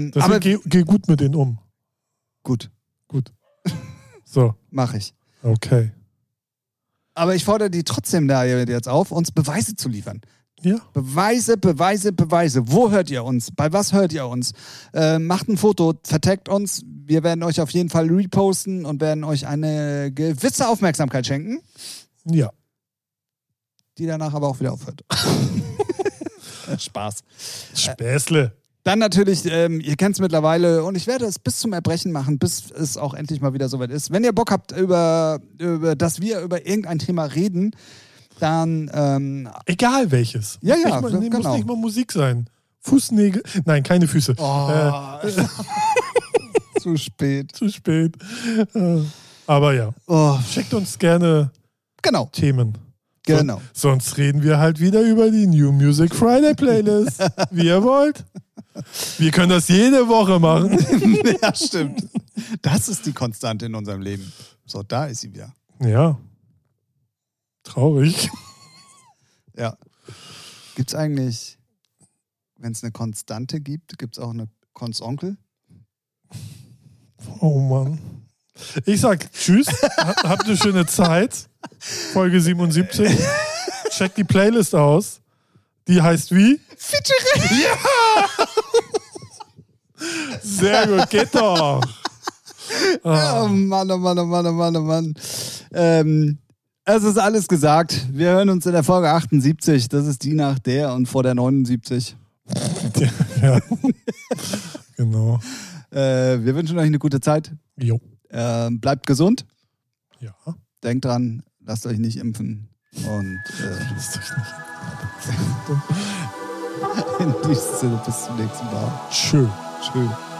Ähm, Deswegen aber geh, geh gut mit denen um. gut, Gut. So, mache ich. okay. Aber ich fordere die trotzdem da jetzt auf, uns Beweise zu liefern. Ja, Beweise, Beweise, Beweise. Wo hört ihr uns? Bei was hört ihr uns? Äh, macht ein Foto, vertagt uns. Wir werden euch auf jeden Fall reposten und werden euch eine gewisse Aufmerksamkeit schenken, ja. die danach aber auch wieder aufhört. Spaß. Späßle. Dann natürlich, ähm, ihr kennt es mittlerweile und ich werde es bis zum Erbrechen machen, bis es auch endlich mal wieder soweit ist. Wenn ihr Bock habt, über, über dass wir über irgendein Thema reden, dann ähm, Egal welches. Ja, ja, Nicht mal, nee, genau. Muss nicht mal Musik sein. Fußnägel. Nein, keine Füße. Oh. Äh, zu spät. zu spät. Äh, aber ja, Oh, schickt uns gerne genau, Themen. genau. Sonst reden wir halt wieder über die New Music Friday Playlist. Wie ihr wollt. Wir können das jede Woche machen. ja, stimmt. Das ist die Konstante in unserem Leben. So, da ist sie wieder. Ja. Traurig. Ja. Gibt es eigentlich, wenn es eine Konstante gibt, gibt es auch eine Konsonkel? Oh Mann. Ich sag Tschüss. Ha- Habt eine schöne Zeit. Folge 77. Check die Playlist aus. Die heißt wie? Featuring. Sehr gut, geht doch. Oh Mann, oh Mann, oh Mann, oh Mann, oh Mann. Ähm, es ist alles gesagt. Wir hören uns in der Folge 78. Das ist die nach der und vor der 79. Ja. Genau. Äh, wir wünschen euch eine gute Zeit. Jo. Ähm, bleibt gesund. Ja. Denkt dran, lasst euch nicht impfen. Und äh, Das ist doch nicht. in diesem Sinne, bis zum nächsten Mal. Tschö. Tschüss.